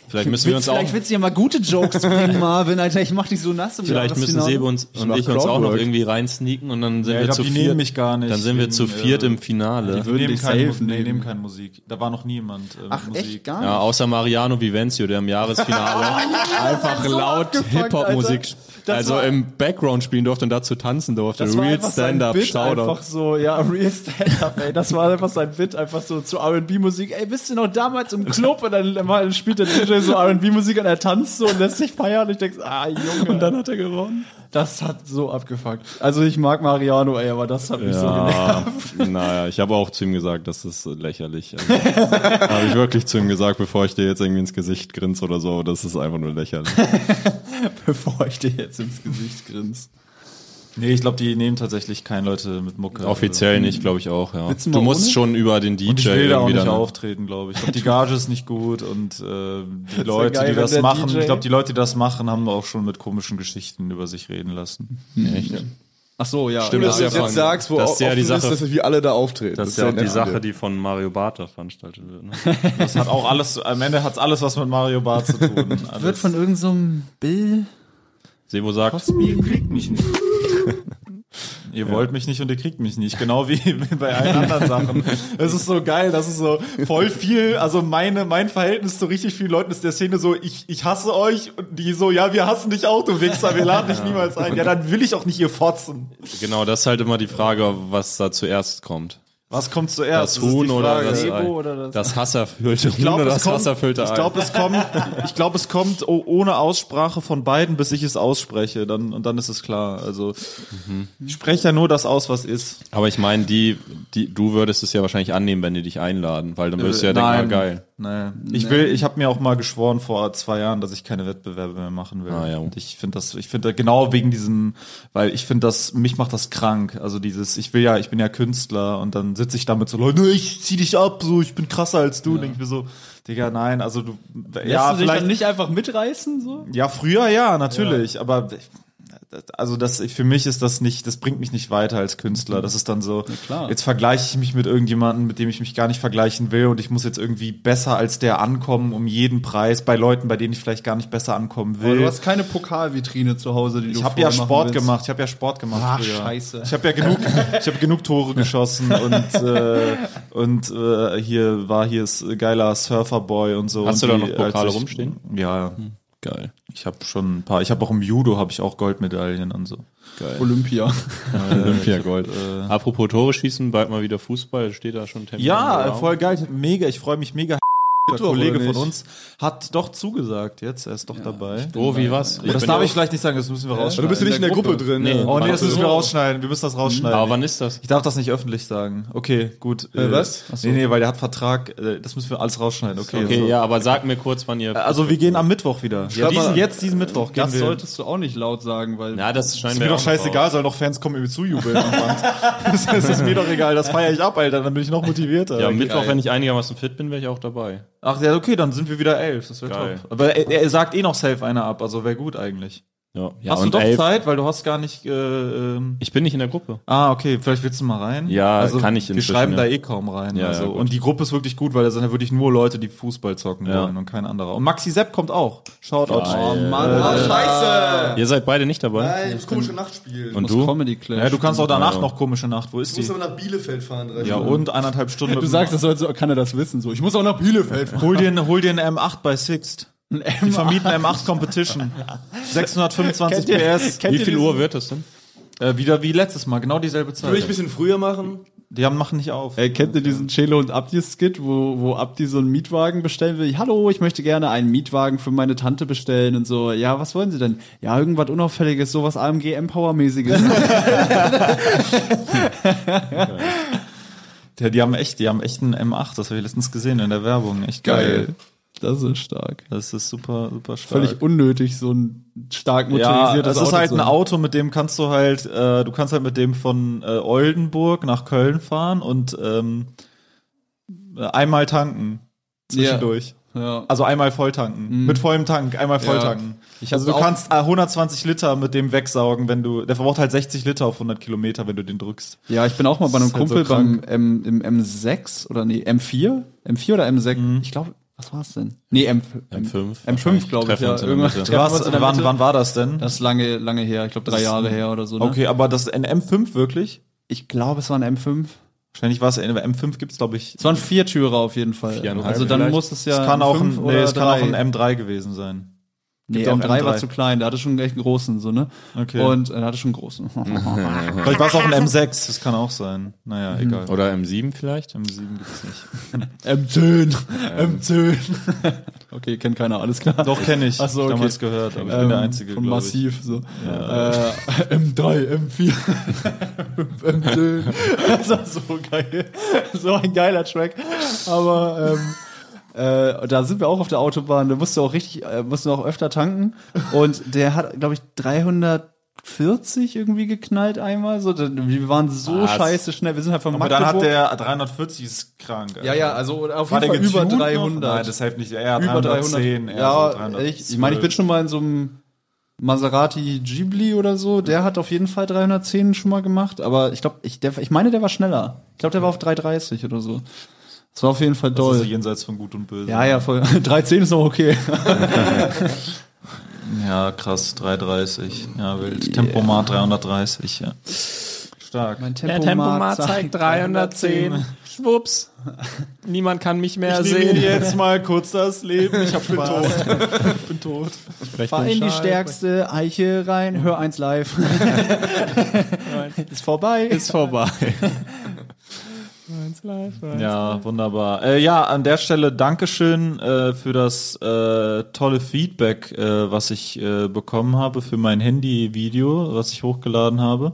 D: Vielleicht Oh. müssen wir uns auch.
B: Oh. vielleicht willst du ja mal gute Jokes bringen, Marvin, Alter. Ich mach dich so nass im
D: Vielleicht müssen
B: Jahresfinale.
D: Sebe uns und
A: mach
D: ich uns auch noch
A: Crowdwork.
D: irgendwie reinsneaken und dann sind
C: Ja,
D: wir
C: ich
D: zu
C: glaube, die
D: viert.
C: nehmen mich gar nicht.
D: Dann sind wir
C: in,
D: zu viert
C: äh,
D: im Finale.
C: Die nehmen
B: dich
C: keine,
B: safe
C: nee,
B: nehmen.
C: nehmen keine Musik. Da war noch niemand ähm,
B: Ach,
C: Musik.
B: echt? Gar nicht?
D: Ja, außer Mariano Vivencio, der im Jahresfinale einfach laut
B: abgefuckt,
D: Hip-Hop-Musik,
B: Alter. Das
D: also
B: war-
D: im Background spielen durfte und dazu tanzen durfte.
B: Das war
D: Real
B: einfach sein
D: Stand-Up,
B: Bit,
D: Shoutout.
B: Einfach so, ja, Real Stand-Up, ey. Das war einfach sein Bit, einfach so zu RB-Musik. Ey, bist du noch damals im Club? Und dann mal spielt der DJ so RB-Musik und er tanzt so und lässt sich feiern. Und ich denk, so, ah, Junge. Und dann hat er gewonnen. Das hat so abgefuckt. Also ich mag Mariano, ey, aber das hat mich so genervt.
D: Ja, naja, ich habe auch zu ihm gesagt, das ist lächerlich. Also, habe ich wirklich zu ihm gesagt, bevor ich dir jetzt irgendwie ins Gesicht grinse oder so, das ist einfach nur lächerlich.
B: Bevor ich dir jetzt ins Gesicht grinse.
C: Nee, ich glaube, die nehmen tatsächlich keine Leute mit Mucke.
D: Offiziell nicht, glaube ich auch, ja.
B: Willst du
D: Du
B: mal
D: musst
B: ohne?
D: schon über den DJ
C: Und ich will da auch
D: irgendwie
C: nicht
D: dann
C: auftreten, glaube ich. Ich glaube, die Gage ist nicht gut und äh, die Leute,
B: geil,
C: die
B: wenn
C: das
B: der
C: machen,
B: DJ
C: ich glaube, die Leute, die das machen, haben auch schon mit komischen Geschichten über sich reden lassen.
B: Ach so, ja.
A: Stimmt,
B: ja,
A: dass du
D: ja
A: das
D: von-
A: jetzt sagst, wo
D: das
A: auch
D: ist ja die Sache.
A: dass wir alle da auftreten.
D: Das ist ja auch
A: nett
D: die
A: von
D: Sache,
A: dir.
D: die von Mario Barter veranstaltet wird. Ne?
C: Das hat auch alles, am Ende hat's alles was mit Mario Bart zu tun. Alles.
B: Wird von irgendeinem so einem Bill.
D: Sebo sagt,
C: Ihr wollt mich nicht und ihr kriegt mich nicht, genau wie bei allen anderen Sachen. Es ist so geil, das ist so voll viel, also meine, mein Verhältnis zu richtig vielen Leuten ist der Szene so, ich, ich hasse euch und die so, ja, wir hassen dich auch, du Wichser, wir laden dich niemals ein. Ja, dann will ich auch nicht ihr fotzen.
D: genau, das ist halt immer die Frage, was da zuerst kommt.
C: Was kommt zuerst?
D: Das
C: ist
D: Huhn
C: die
D: oder
C: Frage.
D: das,
B: Sebo
D: Ei.
B: oder das-
D: das Hasserfüllte Huhn
C: glaub,
D: oder
C: es
D: das
C: kommt-
D: Hasserfüllte
C: Ich
D: Ei.
C: glaube, es kommt, ich glaube, es kommt o- ohne Aussprache von beiden, bis ich es ausspreche, dann, und dann ist es klar. Also,
B: Mhm.
C: ich spreche ja nur das aus, was ist.
D: Aber ich meine, die, die, du würdest es ja wahrscheinlich annehmen, wenn die dich einladen, weil dann würdest du ja denken, ah, geil.
C: Nein. Ich will, ich habe mir auch mal geschworen vor zwei Jahren, dass ich keine Wettbewerbe mehr machen will.
D: Ah, ja.
C: Und ich finde das, ich finde genau wegen diesem, weil ich finde das, mich macht das krank. Also dieses, ich will ja, ich bin ja Künstler und dann sitze ich damit so, Leute, ich zieh dich ab, so, ich bin krasser als du. Und Denke ich mir so, Digga, nein, also du, ja,
B: Ja, Lässt du dich
C: vielleicht
B: dann nicht einfach mitreißen? So?
C: Ja, früher ja, natürlich, aber also das für mich ist das nicht, das bringt mich nicht weiter als Künstler. Das ist dann so,
B: klar.
C: jetzt vergleiche ich mich mit irgendjemandem, mit dem ich mich gar nicht vergleichen will und ich muss jetzt irgendwie besser als der ankommen um jeden Preis bei Leuten, bei denen ich vielleicht gar nicht besser ankommen
B: Aber
C: will.
B: du hast keine Pokalvitrine zu Hause, die du
C: ich habe ja
B: vormachen
C: Sport
B: willst.
C: gemacht, ich habe ja Sport gemacht.
B: Ach,
C: früher.
B: scheiße.
C: Ich habe ja genug, ich habe genug Tore geschossen und äh, und äh, hier war hier ist geiler Surferboy und so.
D: Hast
C: und
D: du da
C: die-
D: noch Pokale
C: als ich-
D: rumstehen?
C: Ja, ja.
D: Geil,
C: Ich habe schon ein paar. Ich habe auch im Judo habe ich auch Goldmedaillen und so. Äh,
D: geil.
B: Olympia.
D: Olympiagold. Apropos Tore schießen, bald mal wieder Fußball, steht da schon Termin.
C: Ja,
D: Oder?
C: voll geil. Ich hab Mega. Ich freue mich mega. Der
B: doch,
C: Kollege
B: oder
C: von uns
B: nicht?
C: hat doch zugesagt. Jetzt er ist doch dabei.
D: Oh, wie was?
C: Oh, das
D: bin-
C: darf ich vielleicht nicht sagen. Das müssen wir
A: Aber Also Du
C: rausschneiden.
A: bist ja nicht in der Gruppe, drin.
D: Nee.
A: ja.
C: Oh nee, das
D: Warte.
C: müssen wir rausschneiden. Wir müssen das rausschneiden.
D: Aber wann ist das?
C: ich darf das nicht öffentlich sagen. Okay, gut.
A: Äh, was?
C: Ach so. Nee, nee, weil der hat Vertrag. Äh, Das müssen wir alles rausschneiden. Okay.
D: Okay,
C: so.
D: ja, aber sag mir kurz, wann ihr.
C: Also wir gehen am Mittwoch wieder. Ja,
A: Schreib mal-
C: diesen, jetzt diesen Mittwoch. Gehen
B: Das
C: wir.
B: solltest du auch nicht laut sagen, weil
D: Na, das scheint
C: Ist mir doch scheißegal, sollen doch Fans kommen und mir zujubeln. am Band. das ist mir doch egal, das feiere ich ab, Alter, dann bin ich noch motivierter.
D: Ja, am Mittwoch, wenn ich einigermaßen fit bin, wäre ich auch dabei.
C: Ach ja, okay, dann sind wir wieder elf. Das wäre
D: Geil.
C: top. Aber er, er sagt eh noch safe einer ab, also wäre gut eigentlich.
D: Ja,
C: hast du doch Zeit, weil du hast gar nicht. Äh, ähm,
D: Ich bin nicht in der Gruppe.
C: ah, okay, vielleicht willst du mal rein. Also,
D: Ja, kann ich
C: Wir
D: inzwischen,
C: schreiben
D: ja.
C: da eh kaum rein.
D: Ja,
C: also.
D: ja, gut.
C: und die Gruppe ist wirklich gut, weil da sind ja wirklich nur Leute, die Fußball zocken
D: Ja.
C: wollen und kein anderer. Und Maxi Sepp kommt auch. Shoutout.
D: Geil.
C: Oh, Mann.
E: Ah, scheiße!
D: Ihr seid beide nicht dabei.
E: Nein, das komische Nachtspiel.
D: Und
E: Und
D: du?
B: Comedy Clash.
C: Ja, du kannst auch danach
D: Ja.
C: noch komische Nacht. Wo ist
E: ich muss
C: die?
E: aber nach Bielefeld fahren, drei
C: Ja,
E: Stunden.
C: und eineinhalb Stunden. mit
B: Du
C: dem-
B: sagst, das soll so, kann er das wissen? So, ich muss auch nach Bielefeld fahren.
C: Hol dir, einen- hol dir einen M8 bei Sixt. Die vermieten M8 Competition. 625
B: Kennt ihr-
C: PS.
B: kennt
D: Wie
B: ihr
D: viel
B: diesen-
D: Uhr wird das denn?
C: Äh, wieder wie letztes Mal, genau dieselbe
A: Will ich ein
C: Zeit.
A: bisschen früher machen?
C: Die haben, machen nicht auf.
B: Ey, kennt ihr diesen Celo und Abdi-Skit, wo, wo Abdi so einen Mietwagen bestellen will? Hallo, ich möchte gerne einen Mietwagen für meine Tante bestellen und so. Ja, was wollen sie denn? Ja, irgendwas Unauffälliges, sowas AMG Empower-mäßiges.
C: Ja, die haben echt, die haben echt einen M8, das habe ich letztens gesehen in der Werbung. Echt geil.
B: Das ist stark.
D: Das ist super, super stark.
B: Völlig unnötig, so ein
C: Ja,
B: stark motorisiertes
C: das ist
B: Auto
C: halt
B: zu
C: ein
B: haben.
C: Auto, mit dem kannst du halt, äh, du kannst halt mit dem von äh, Oldenburg nach Köln fahren und ähm, einmal tanken zwischendurch.
B: Ja.
C: Also einmal volltanken. Mit vollem Tank, einmal volltanken.
B: Mhm. Ich
C: also
B: hab
C: du
B: auch-
C: kannst äh, 120 Liter mit dem wegsaugen, wenn du, der verbraucht halt 60 Liter auf 100 Kilometer, wenn du den drückst.
B: Ja, ich bin auch mal bei einem
C: Ist halt so
B: Kumpel beim M, im M6 oder nee, M4? M4 oder M6?
C: Mhm.
B: Ich glaube, was war's denn? Nee, M,
D: M5.
B: M5, glaube ich.
D: Treffen
B: Ja.
D: uns in der
B: Irgendwann
D: Mitte.
B: treffen wir uns in der
C: wann,
B: Mitte.
C: wann war das denn?
B: Das ist lange, lange her. Ich glaube, drei Jahre her oder so. Ne?
C: okay, aber das ein M5 wirklich?
B: Ich glaube, es war ein M5.
C: Wahrscheinlich war es ein M5 gibt's glaube ich.
B: Es waren vier Türe auf jeden Fall.
D: Viereinhalb
B: Also dann
D: vielleicht.
B: muss es ja
C: es kann, auch ein,
B: M5
C: nee, es kann
B: oder
C: auch ein
B: drei.
C: M3 gewesen sein.
B: Nee,
C: Gibt auch
B: M3 war
C: M3.
B: zu klein, der hatte schon echt einen großen, so, ne?
C: Okay.
B: Und er hatte schon einen großen.
C: Vielleicht war es auch ein M6, das kann auch sein. Naja,
B: Mhm.
C: egal.
D: Oder M7 vielleicht?
C: M7 gibt's nicht.
B: M10,
D: Ähm.
B: M10. okay, kennt keiner, alles klar.
C: Doch, kenne ich.
B: Ach so,
C: Hab
B: okay.
C: damals gehört, aber ich bin
B: Ähm,
C: der Einzige,
B: Von
C: glaub
B: Massiv, so. Äh, M3, M4, M10. Das war so geil. So ein geiler Track. Aber, ähm, äh, da sind wir auch auf der Autobahn, da musst du auch richtig, äh, musst du auch öfter tanken. Und der hat, glaube ich, 340 irgendwie geknallt einmal. So, da- wir waren so
D: Was?
B: scheiße schnell. Wir sind halt von
C: Ah, Aber dann hat
B: Magdeburg-
C: der 340 ist krank.
B: ja, ja, also auf
C: War der
B: jeden Fall über
C: getuned noch?
B: 300.
C: Nein, das hilft nicht. Eher
B: über
C: 310.
B: 300.
C: eher
B: Ja,
C: so 312.
B: ich, ich meine, ich bin schon mal in so einem Maserati Ghibli oder so. Der hat auf jeden Fall 310 schon mal gemacht. Aber ich glaube, ich, der, ich meine, der war schneller. Ich glaube, der war auf 330 oder so. Das war auf jeden Fall
C: Das ist so
B: doll.
C: jenseits von Gut und Böse.
B: Ja, ja, voll. 310 ist noch okay.
C: Ja, krass. 330. Ja, wild. Tempomat 330, ja. Stark.
B: Tempomat, zeigt
F: 310. Schwupps. Niemand kann mich mehr
C: Ich nehme
F: sehen.
C: jetzt mal kurz das Leben. Ich hab Spaß.
B: Fahr in die stärkste Eiche rein, hör eins live. ist vorbei.
F: Ist vorbei.
C: Ja, wunderbar. Äh, ja, an der Stelle Dankeschön äh, für das äh, tolle Feedback, äh, was ich äh, bekommen habe für mein Handy-Video, was ich hochgeladen habe.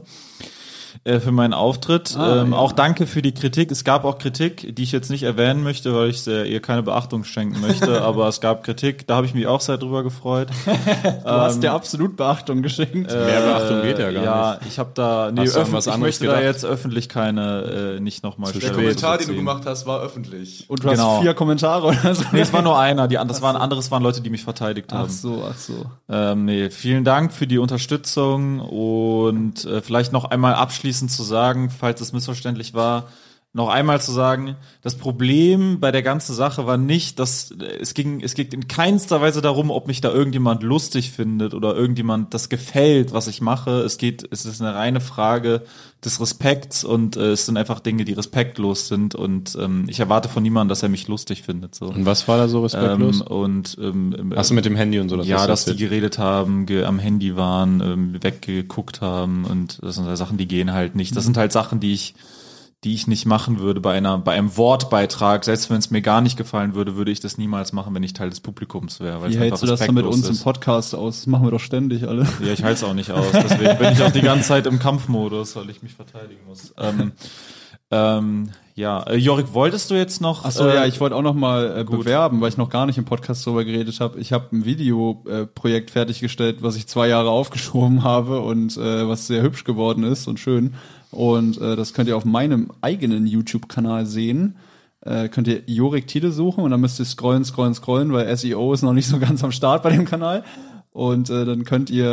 C: Äh, für meinen Auftritt.
D: Ah,
C: ähm, Auch danke für die Kritik. Es gab auch Kritik, die ich jetzt nicht erwähnen möchte, weil ich sehr, ihr keine Beachtung schenken möchte, aber es gab Kritik, da habe ich mich auch sehr drüber gefreut.
B: du
C: Ähm,
B: hast dir absolut Beachtung geschenkt.
C: äh,
D: Mehr Beachtung geht ja gar
C: ja, ich habe da, nee,
D: Hast du an
C: öffentlich-
D: was
C: ich
D: anderes
C: möchte da
D: gedacht?
C: jetzt öffentlich keine, äh, nicht nochmal
A: Der Kommentar, den du gemacht hast, war öffentlich.
B: Und du
C: genau.
B: hast vier Kommentare oder so.
C: Nee, es war nur einer. Die, an- das waren anderes waren Leute, die mich verteidigt
B: Ach
C: haben.
B: so, ach so.
C: Ähm, nee, vielen Dank für die Unterstützung und äh, vielleicht noch einmal abschließend zu sagen, falls es missverständlich war, noch einmal zu sagen, das Problem bei der ganzen Sache war nicht, dass äh, es ging, es ging in keinster Weise darum, ob mich da irgendjemand lustig findet oder irgendjemand das gefällt, was ich mache. Es geht, es ist eine reine Frage des Respekts und äh, es sind einfach Dinge, die respektlos sind und ähm, ich erwarte von niemandem, dass er mich lustig findet. So.
D: Und was war da so respektlos?
C: Ähm, und ähm,
D: Hast du mit dem Handy und so? Das
C: ja,
D: hast du
C: dass die
D: erzählt.
C: geredet haben, ge am Handy waren, ähm, weggeguckt haben und das sind halt Sachen, die gehen halt nicht.
B: Mhm.
C: Das sind halt Sachen, die ich, die ich nicht machen würde bei einer, bei einem Wortbeitrag. Selbst wenn es mir gar nicht gefallen würde, würde ich das niemals machen, wenn ich Teil des Publikums wäre. weil es
B: Wie
C: einfach
B: hältst du das dann mit
C: respektlos
B: uns im
C: ist.
B: Podcast aus? Das machen wir doch ständig alle.
C: Ja, ich halte es auch nicht aus. Deswegen bin ich auch die ganze Zeit im Kampfmodus, weil ich mich verteidigen muss. Ähm, ähm, ja, äh, Jorik, wolltest du jetzt noch?
B: Achso,
C: äh,
B: ja, ich wollte auch noch mal äh, bewerben, weil ich noch gar nicht im Podcast drüber geredet habe. Ich habe ein Videoprojekt äh, Projekt fertiggestellt, was ich zwei Jahre aufgeschoben habe und äh, was sehr hübsch geworden ist und schön. Und äh, das könnt ihr auf meinem eigenen YouTube-Kanal sehen. Äh, könnt ihr Jorik Tiede suchen und dann müsst ihr scrollen, scrollen, scrollen, weil SEO ist noch nicht so ganz am Start bei dem Kanal. Und äh, dann könnt ihr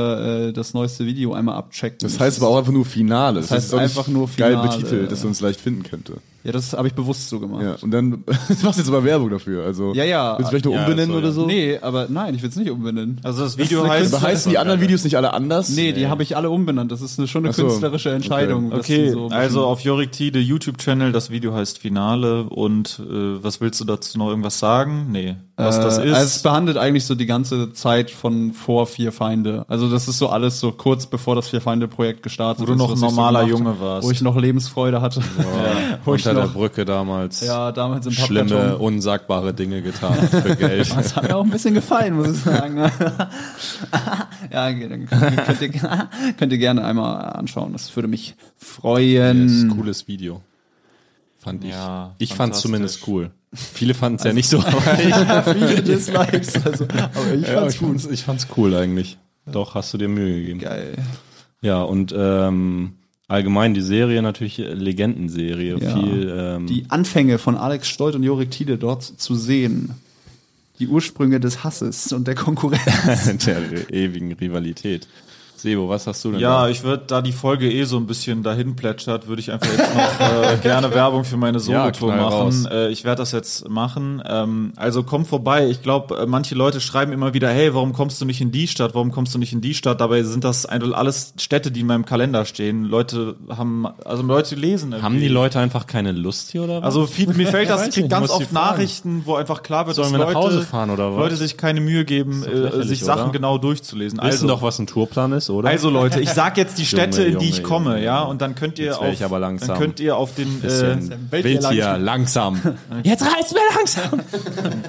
B: äh, das neueste Video einmal abchecken.
A: Das heißt aber auch einfach nur Finale. Das,
B: heißt
A: ist doch nicht
B: einfach nur
A: Geil
B: Finale,
A: betitelt, dass
B: ja.
A: man es leicht finden könnte.
B: Ja, das habe ich bewusst so gemacht.
A: Ja, und dann du machst jetzt aber Werbung dafür. Also,
B: Ja, ja.
A: Willst du vielleicht noch
D: Ja,
A: umbenennen
D: so, ja.
A: oder so?
B: Nee, aber nein, ich will es nicht umbenennen.
C: also das
B: ist
C: Video
B: eine
C: heißt.
A: Aber heißen die anderen Videos nicht alle anders?
B: Nee, die habe ich alle umbenannt. Das ist eine, schon eine
A: Ach so,
B: künstlerische Entscheidung. dass die
C: Okay,
B: so ein bisschen-
C: also auf Jorik Tide YouTube-Channel, das Video heißt Finale und äh, was willst du dazu noch irgendwas sagen? Nee, was das
B: Äh, also es
C: ist.
B: behandelt eigentlich so die ganze Zeit von vor Vier Feinde. Also das ist so alles so kurz bevor das Vier Feinde Projekt gestartet ist.
C: Wo du noch
B: was
C: ein
B: ich so
C: normaler
B: gemacht
C: Junge
B: hab,
C: warst.
B: Wo ich noch Lebensfreude hatte. wo ich
D: unter der
B: noch,
D: Brücke damals
B: ja, damals im
D: schlimme,
B: Pappkarton.
D: unsagbare Dinge getan hab für Geld.
B: Das hat mir auch ein bisschen gefallen, muss ich sagen. ja, okay, dann könnt ihr, könnt ihr gerne einmal anschauen. Das würde mich freuen.
D: Das ist ein cooles Video. Fand ich.
C: Ja,
D: ich fand's zumindest cool. Viele fanden es ja nicht so, aber Also, ich,
G: Viele Dislikes. Also, aber ich
D: ja,
G: fand's
D: ich,
G: gut.
D: fand's, ich fand's cool eigentlich. Doch, hast du dir Mühe gegeben.
B: Geil.
D: Ja, und ähm, allgemein die Serie natürlich äh, Legendenserie.
B: Ja.
D: Viel, ähm,
B: Die Anfänge von Alex Stolt und Jorik Tiede dort zu sehen. Die Ursprünge des Hasses und der Konkurrenz.
D: der ewigen Rivalität. Sebo, was hast du denn
C: Ja,
D: da?
C: ich würde, da die Folge eh so ein bisschen dahin plätschert, würde ich einfach jetzt noch äh, gerne Werbung für meine Solo-Tour
D: knall raus.
C: machen. Äh, ich werde das jetzt machen. Ähm, also komm vorbei. Ich glaube, manche Leute schreiben immer wieder, hey, warum kommst du nicht in die Stadt? Warum kommst du nicht in die Stadt? Dabei sind das einfach alles Städte, die in meinem Kalender stehen. Leute haben, also Leute lesen.
D: Haben
C: irgendwie.
D: die Leute einfach keine Lust hier oder was?
C: Also viel, mir fällt das, ich krieg
D: nicht,
C: ganz
D: muss die
C: oft
D: fragen.
C: Nachrichten, wo einfach klar wird,
D: Sollen
C: dass
D: wir nach
C: Leute,
D: Hause fahren oder was?
C: Leute sich keine Mühe geben, äh,
D: lächerlich,
C: sich Sachen
D: oder?
C: genau durchzulesen.
D: wissen doch, was ein Tourplan ist, oder?
C: Also Leute, ich sag jetzt die Städte, in die ich
D: Junge,
C: komme,
D: Junge,
C: ja,
D: Junge.
C: und dann könnt ihr
D: Jetzt
C: auf,
D: wär ich aber langsam.
C: dann könnt ihr auf den, äh,
D: bisschen
B: Welt
D: wild
B: hier
D: hier, langsam. Jetzt reizt mir langsam.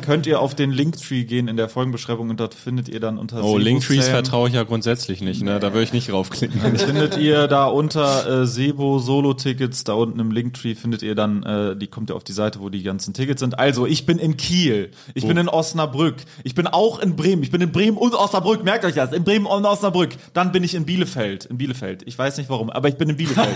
C: könnt ihr auf den Linktree gehen in der Folgenbeschreibung und dort findet ihr dann unter
D: Oh,
C: Sebo
D: Linktrees
C: Sam-
D: vertraue ich ja grundsätzlich nicht, ne? Da würde ich nicht raufklicken.
C: Findet ihr da unter äh, Sebo Solo Tickets da unten im Linktree findet ihr dann, äh, die kommt ihr auf die Seite, wo die ganzen Tickets sind. Also ich bin in Kiel, ich bin in Osnabrück, ich bin auch in Bremen, ich bin in Bremen und Osnabrück. Merkt euch das, in Bremen und Osnabrück. Dann bin ich in Bielefeld, in Bielefeld. Ich weiß nicht warum, aber ich bin in Bielefeld.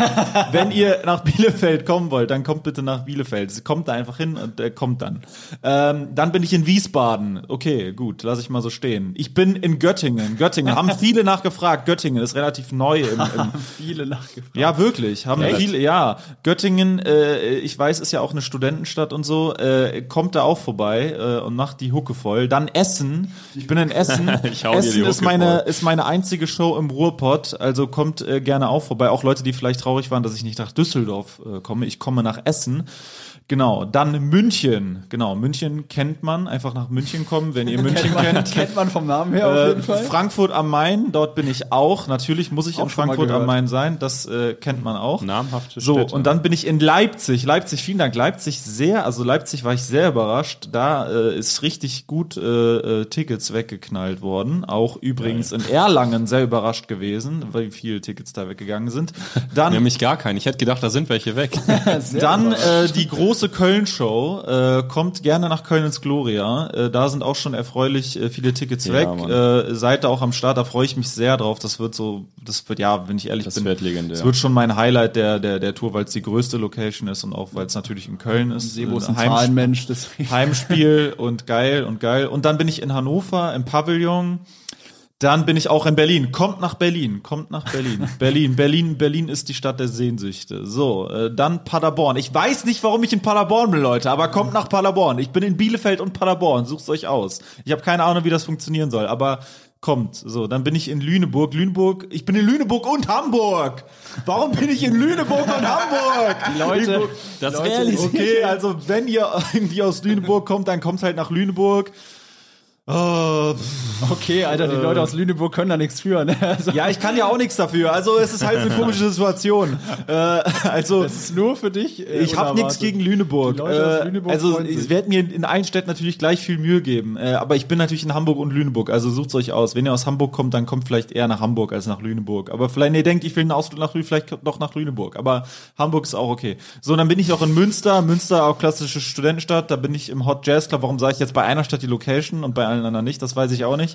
C: Wenn ihr nach Bielefeld kommen wollt, dann kommt bitte nach Bielefeld. Kommt da einfach hin und äh, kommt dann. Ähm, dann bin ich in Wiesbaden. Okay, gut, lasse ich mal so stehen. Ich bin in Göttingen. Göttingen haben viele nachgefragt. Göttingen ist relativ neu im, im,
B: Viele nachgefragt.
C: ja, wirklich. Haben viele, ja. Göttingen, äh, ich weiß, ist ja auch eine Studentenstadt und so, äh, kommt da auch vorbei äh, und macht die Hucke voll. Dann Essen. Ich bin in Essen.
D: Ich hau dir die
C: Essen ist
D: Hucke
C: meine,
D: voll.
C: ist meine einzige Show im Ruhrpott, also kommt äh, gerne auch vorbei. Auch Leute, die vielleicht traurig waren, dass ich nicht nach Düsseldorf äh, komme. Ich komme nach Essen. Genau, dann München. Genau, München kennt man. Einfach nach München kommen, wenn ihr München kennt.
B: Kennt man vom Namen her auf
C: Äh,
B: jeden Fall.
C: Frankfurt am Main, dort bin ich auch. Natürlich muss ich
B: Auch
C: in
B: schon mal
C: Frankfurt am
B: gehört.
C: Main sein, das äh, kennt man auch.
D: Namhafte
C: So,
D: Städte.
C: und dann bin ich in Leipzig. Leipzig, vielen Dank. Leipzig sehr, also Leipzig war ich sehr überrascht. Da äh, ist richtig gut äh, äh, Tickets weggeknallt worden. Auch übrigens in Erlangen sehr überrascht gewesen, weil viele Tickets da weggegangen sind. Dann
D: Nämlich gar keinen. Ich hätte gedacht, da sind welche weg.
C: dann äh, die große Köln-Show. Äh, kommt gerne nach Köln ins Gloria. Äh, da sind auch schon erfreulich äh, viele Tickets weg.
D: Mann.
C: Äh, seid da auch am Start, da freue ich mich sehr drauf. Das wird so, das wird, ja, wenn ich ehrlich
D: Das
C: bin,
D: wird legendär.
C: das wird schon mein Highlight der, der, der Tour, weil es die größte Location ist und auch, weil es natürlich in Köln ist.
B: Sebo ist
C: Äh,
B: ein
C: Heim-
B: Zahlenmensch, deswegen.
C: Heimspiel und geil und geil. Und dann bin ich in Hannover im Pavillon. Dann bin ich auch in Berlin. Kommt nach Berlin, kommt nach Berlin. Berlin, Berlin, Berlin ist die Stadt der Sehnsüchte. So, äh, dann Paderborn. Ich weiß nicht, warum ich in Paderborn bin, Leute, aber kommt nach Paderborn. Ich bin in Bielefeld und Paderborn. Sucht's euch aus. Ich habe keine Ahnung, wie das funktionieren soll, aber kommt. So, dann bin ich in Lüneburg. Lüneburg, ich bin in Lüneburg und Hamburg. Warum bin ich in Lüneburg und Hamburg? Leute,
D: das
C: Okay, also wenn ihr irgendwie aus Lüneburg kommt, dann kommt halt nach Lüneburg. Oh,
B: Okay, Alter, die Leute aus Lüneburg können da nichts für. Ne? Also,
C: Äh. ja, ich kann ja auch nichts dafür. Also es ist halt eine komische Situation. Äh, also
B: das ist nur für dich. äh,
C: ich habe nichts
B: unerwartet.
C: gegen Lüneburg.
B: Die Leute aus
C: Äh,
B: Lüneburg
C: also
B: freuen
C: ich
B: sich.
C: werde mir in allen Städten natürlich gleich viel Mühe geben. Äh, aber ich bin natürlich in Hamburg und Lüneburg. Also sucht's euch aus. Wenn ihr aus Hamburg kommt, dann kommt vielleicht eher nach Hamburg als nach Lüneburg. Aber vielleicht, nee, denkt, ich will einen Ausflug nach Lüneburg, vielleicht doch nach Lüneburg. Aber Hamburg ist auch okay. So, dann bin ich noch in Münster. Münster, auch klassische Studentenstadt. Da bin ich im Hot Jazz Club. Warum sage ich jetzt bei einer Stadt die Location und bei allen anderen nicht? Das weiß ich auch nicht.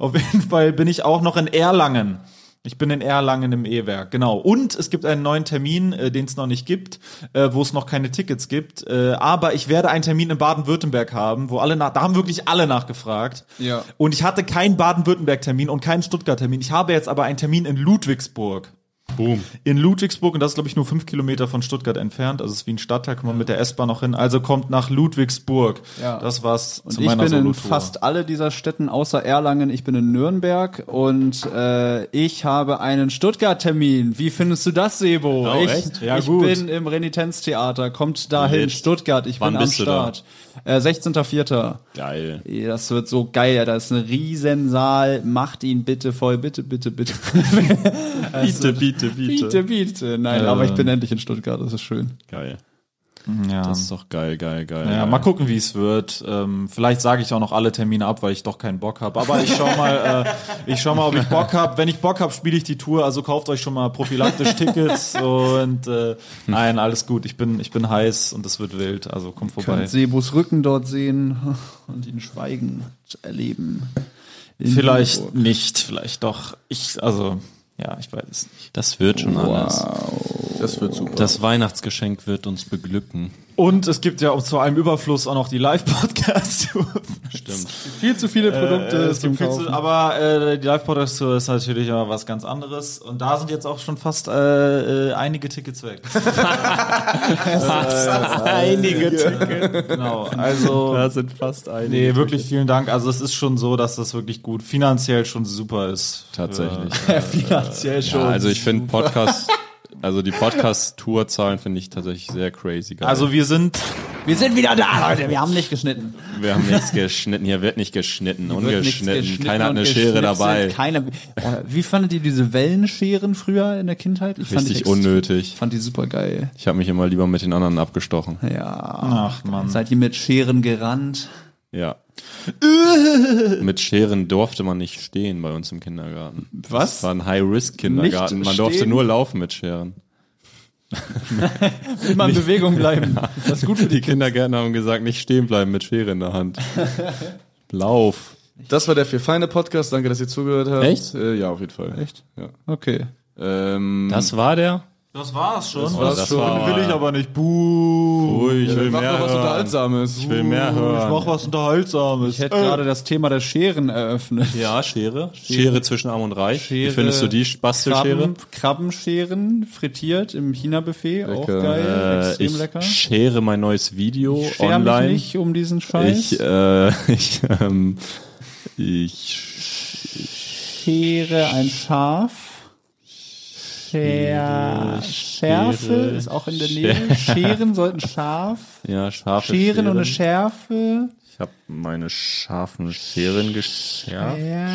C: Auf jeden Fall bin ich auch noch in Erlangen. Ich bin in Erlangen im E-Werk, genau. Und es gibt einen neuen Termin, äh, den es noch nicht gibt, äh, wo es noch keine Tickets gibt. Äh, aber ich werde einen Termin in Baden-Württemberg haben, wo alle nach, da haben wirklich alle nachgefragt.
E: Ja.
C: Und ich hatte keinen Baden-Württemberg-Termin und keinen Stuttgart-Termin. Ich habe jetzt aber einen Termin in Ludwigsburg.
D: Boom.
C: In Ludwigsburg, und das ist, glaube ich, nur fünf Kilometer von Stuttgart entfernt. Also es ist wie ein Stadtteil, kann man mit der S-Bahn noch hin. Also kommt nach Ludwigsburg.
B: Ja.
C: Das war's
B: Und ich bin in fast alle dieser Städten außer Erlangen. Ich bin in Nürnberg und äh, ich habe einen Stuttgart-Termin. Wie findest du das, Sebo?
D: Oh,
B: ich
D: echt? Ja,
B: ich
D: gut.
B: bin im Renitenztheater. Kommt dahin,
D: Lit.
B: Stuttgart. Ich
D: Wann
B: bin am
D: bist du da?
B: Start. Äh, 16.04.
D: Geil.
B: Das wird so geil. Da ist ein Riesensaal. Macht ihn bitte voll. Bitte, bitte, bitte.
D: Biete, biete, biete.
B: biete, biete. Nein, aber ich bin endlich in Stuttgart. Das ist schön.
D: Geil.
C: Ja.
D: Das ist doch geil, geil, geil.
C: Ja, mal gucken, wie es wird. Ähm, vielleicht sage ich auch noch alle Termine ab, weil ich doch keinen Bock habe. Aber ich schau mal, äh, ich schau mal, ob ich Bock habe. Wenn ich Bock habe, spiele ich die Tour. Also kauft euch schon mal prophylaktisch Tickets und äh, nein, alles gut. Ich bin, ich bin heiß und es wird wild. Also kommt vorbei.
B: Könnt Sebus Rücken dort sehen und ihn schweigen erleben. In
C: Vielleicht
B: Hamburg.
C: nicht, vielleicht doch. Ich, also ja, ich weiß es nicht.
D: Das wird schon alles.
A: Das wird super.
D: Das Weihnachtsgeschenk wird uns beglücken.
C: Und es gibt ja zu allem Überfluss auch noch die Live-Podcast-Tour.
D: Stimmt.
B: Viel zu viele Produkte
C: Äh, es
B: zum
C: gibt viel
B: Kaufen.
C: zu, aber äh, die Live-Podcast-Tour ist natürlich immer was ganz anderes. Und da sind jetzt auch schon fast äh, äh, einige Tickets weg. Äh,
F: Einige Tickets.
C: genau. Also,
F: sind fast einige.
C: nee, wirklich vielen Dank. Also, es ist schon so, dass das wirklich gut finanziell schon super ist.
D: Tatsächlich.
B: Finanziell
D: Ja, also ich finde Podcast, also die Podcast-Tour-Zahlen finde ich tatsächlich sehr crazy geil.
C: Also, wir sind.
G: Wir sind wieder da, Leute. Wir haben nicht geschnitten.
D: wir haben nichts geschnitten, hier wird nicht geschnitten,
B: Wird nichts
D: ungeschnitten,
B: geschnitten
D: keiner hat
B: und
D: eine Schere
B: geschnipselt,
D: dabei.
B: Keiner. Oh, wie fandet ihr diese Wellenscheren früher in der Kindheit? Ich
D: Richtig
B: extrem-
D: unnötig.
B: Fand die super geil.
D: Ich habe mich immer lieber mit den anderen abgestochen.
B: Ja.
C: Ach, Mann.
B: Seid ihr mit Scheren gerannt?
D: Ja. Mit Scheren durfte man nicht stehen bei uns im Kindergarten.
B: Was?
D: Das war ein High-Risk-Kindergarten.
B: Nicht
D: Man durfte
B: stehen?
D: nur laufen mit Scheren.
B: Immer in Bewegung bleiben. Das ist gut für
D: Die
B: die Kinder.
D: Kindergärtner haben gesagt, nicht stehen bleiben mit Schere in der Hand. Lauf.
A: Das war der Vier Feine Podcast. Danke, dass ihr zugehört habt.
D: Echt?
A: Äh, ja, auf jeden Fall.
B: Echt?
A: Ja.
B: Okay.
A: Ähm,
D: Das war der?
C: Das war's schon. Das,
D: war's schon.
C: will ich aber nicht. Buh.
D: Ui, ich will
A: mach
D: mehr
A: noch was
D: hören.
A: Unterhaltsames.
D: Ich will mehr
C: Ich mach
D: hören.
C: was Unterhaltsames.
B: Ich hätte gerade das Thema der Scheren eröffnet.
D: Ja, Schere. Schere zwischen Arm und Reich.
B: Schere.
D: Wie findest du die Bastelschere?
B: Krabben, Krabbenscheren frittiert im China-Buffet. Auch
A: Lecker.
B: geil.
D: Äh,
B: extrem
D: ich
B: lecker.
D: schere mein neues Video
B: Ich scher mich
D: online.
B: nicht um diesen Scheiß.
D: Ich, äh, ich, ähm, ich
B: Schere ein Schaf. Scher Schärfe
D: Schere,
B: ist auch in der Nähe. Scheren sollten scharf.
D: Ja, scharfe
B: Scheren und eine
D: Schere.
B: Schärfe.
D: Ich habe meine scharfen Scheren geschärft.
B: Ja.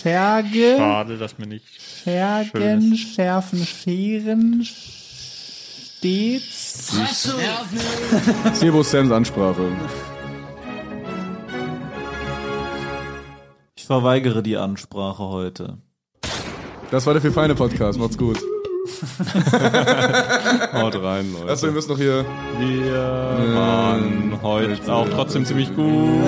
B: Scherge.
F: Schade, dass mir nicht.
B: Schergen. Schärfen. Scheren. Stets.
A: Sebo Sams Ansprache.
C: Ich verweigere die Ansprache heute.
A: Das war der Vier Feine Podcast. Macht's gut.
D: Haut rein, Leute.
A: Achso, wir müssen noch hier.
D: wir waren heute auch trotzdem ziemlich gut.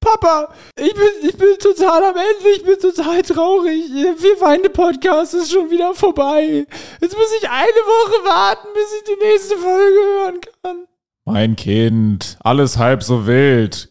F: Papa, ich bin, ich bin total am Ende, ich bin total traurig. Wir Feinde Podcast ist schon wieder vorbei. Jetzt muss ich eine Woche warten, bis ich die nächste Folge hören kann.
C: Mein Kind, alles halb so wild.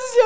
F: ja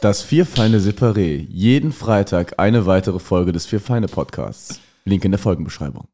H: Das Vierfeine Separé. Jeden Freitag eine weitere Folge des Vierfeine Podcasts. Link in der Folgenbeschreibung.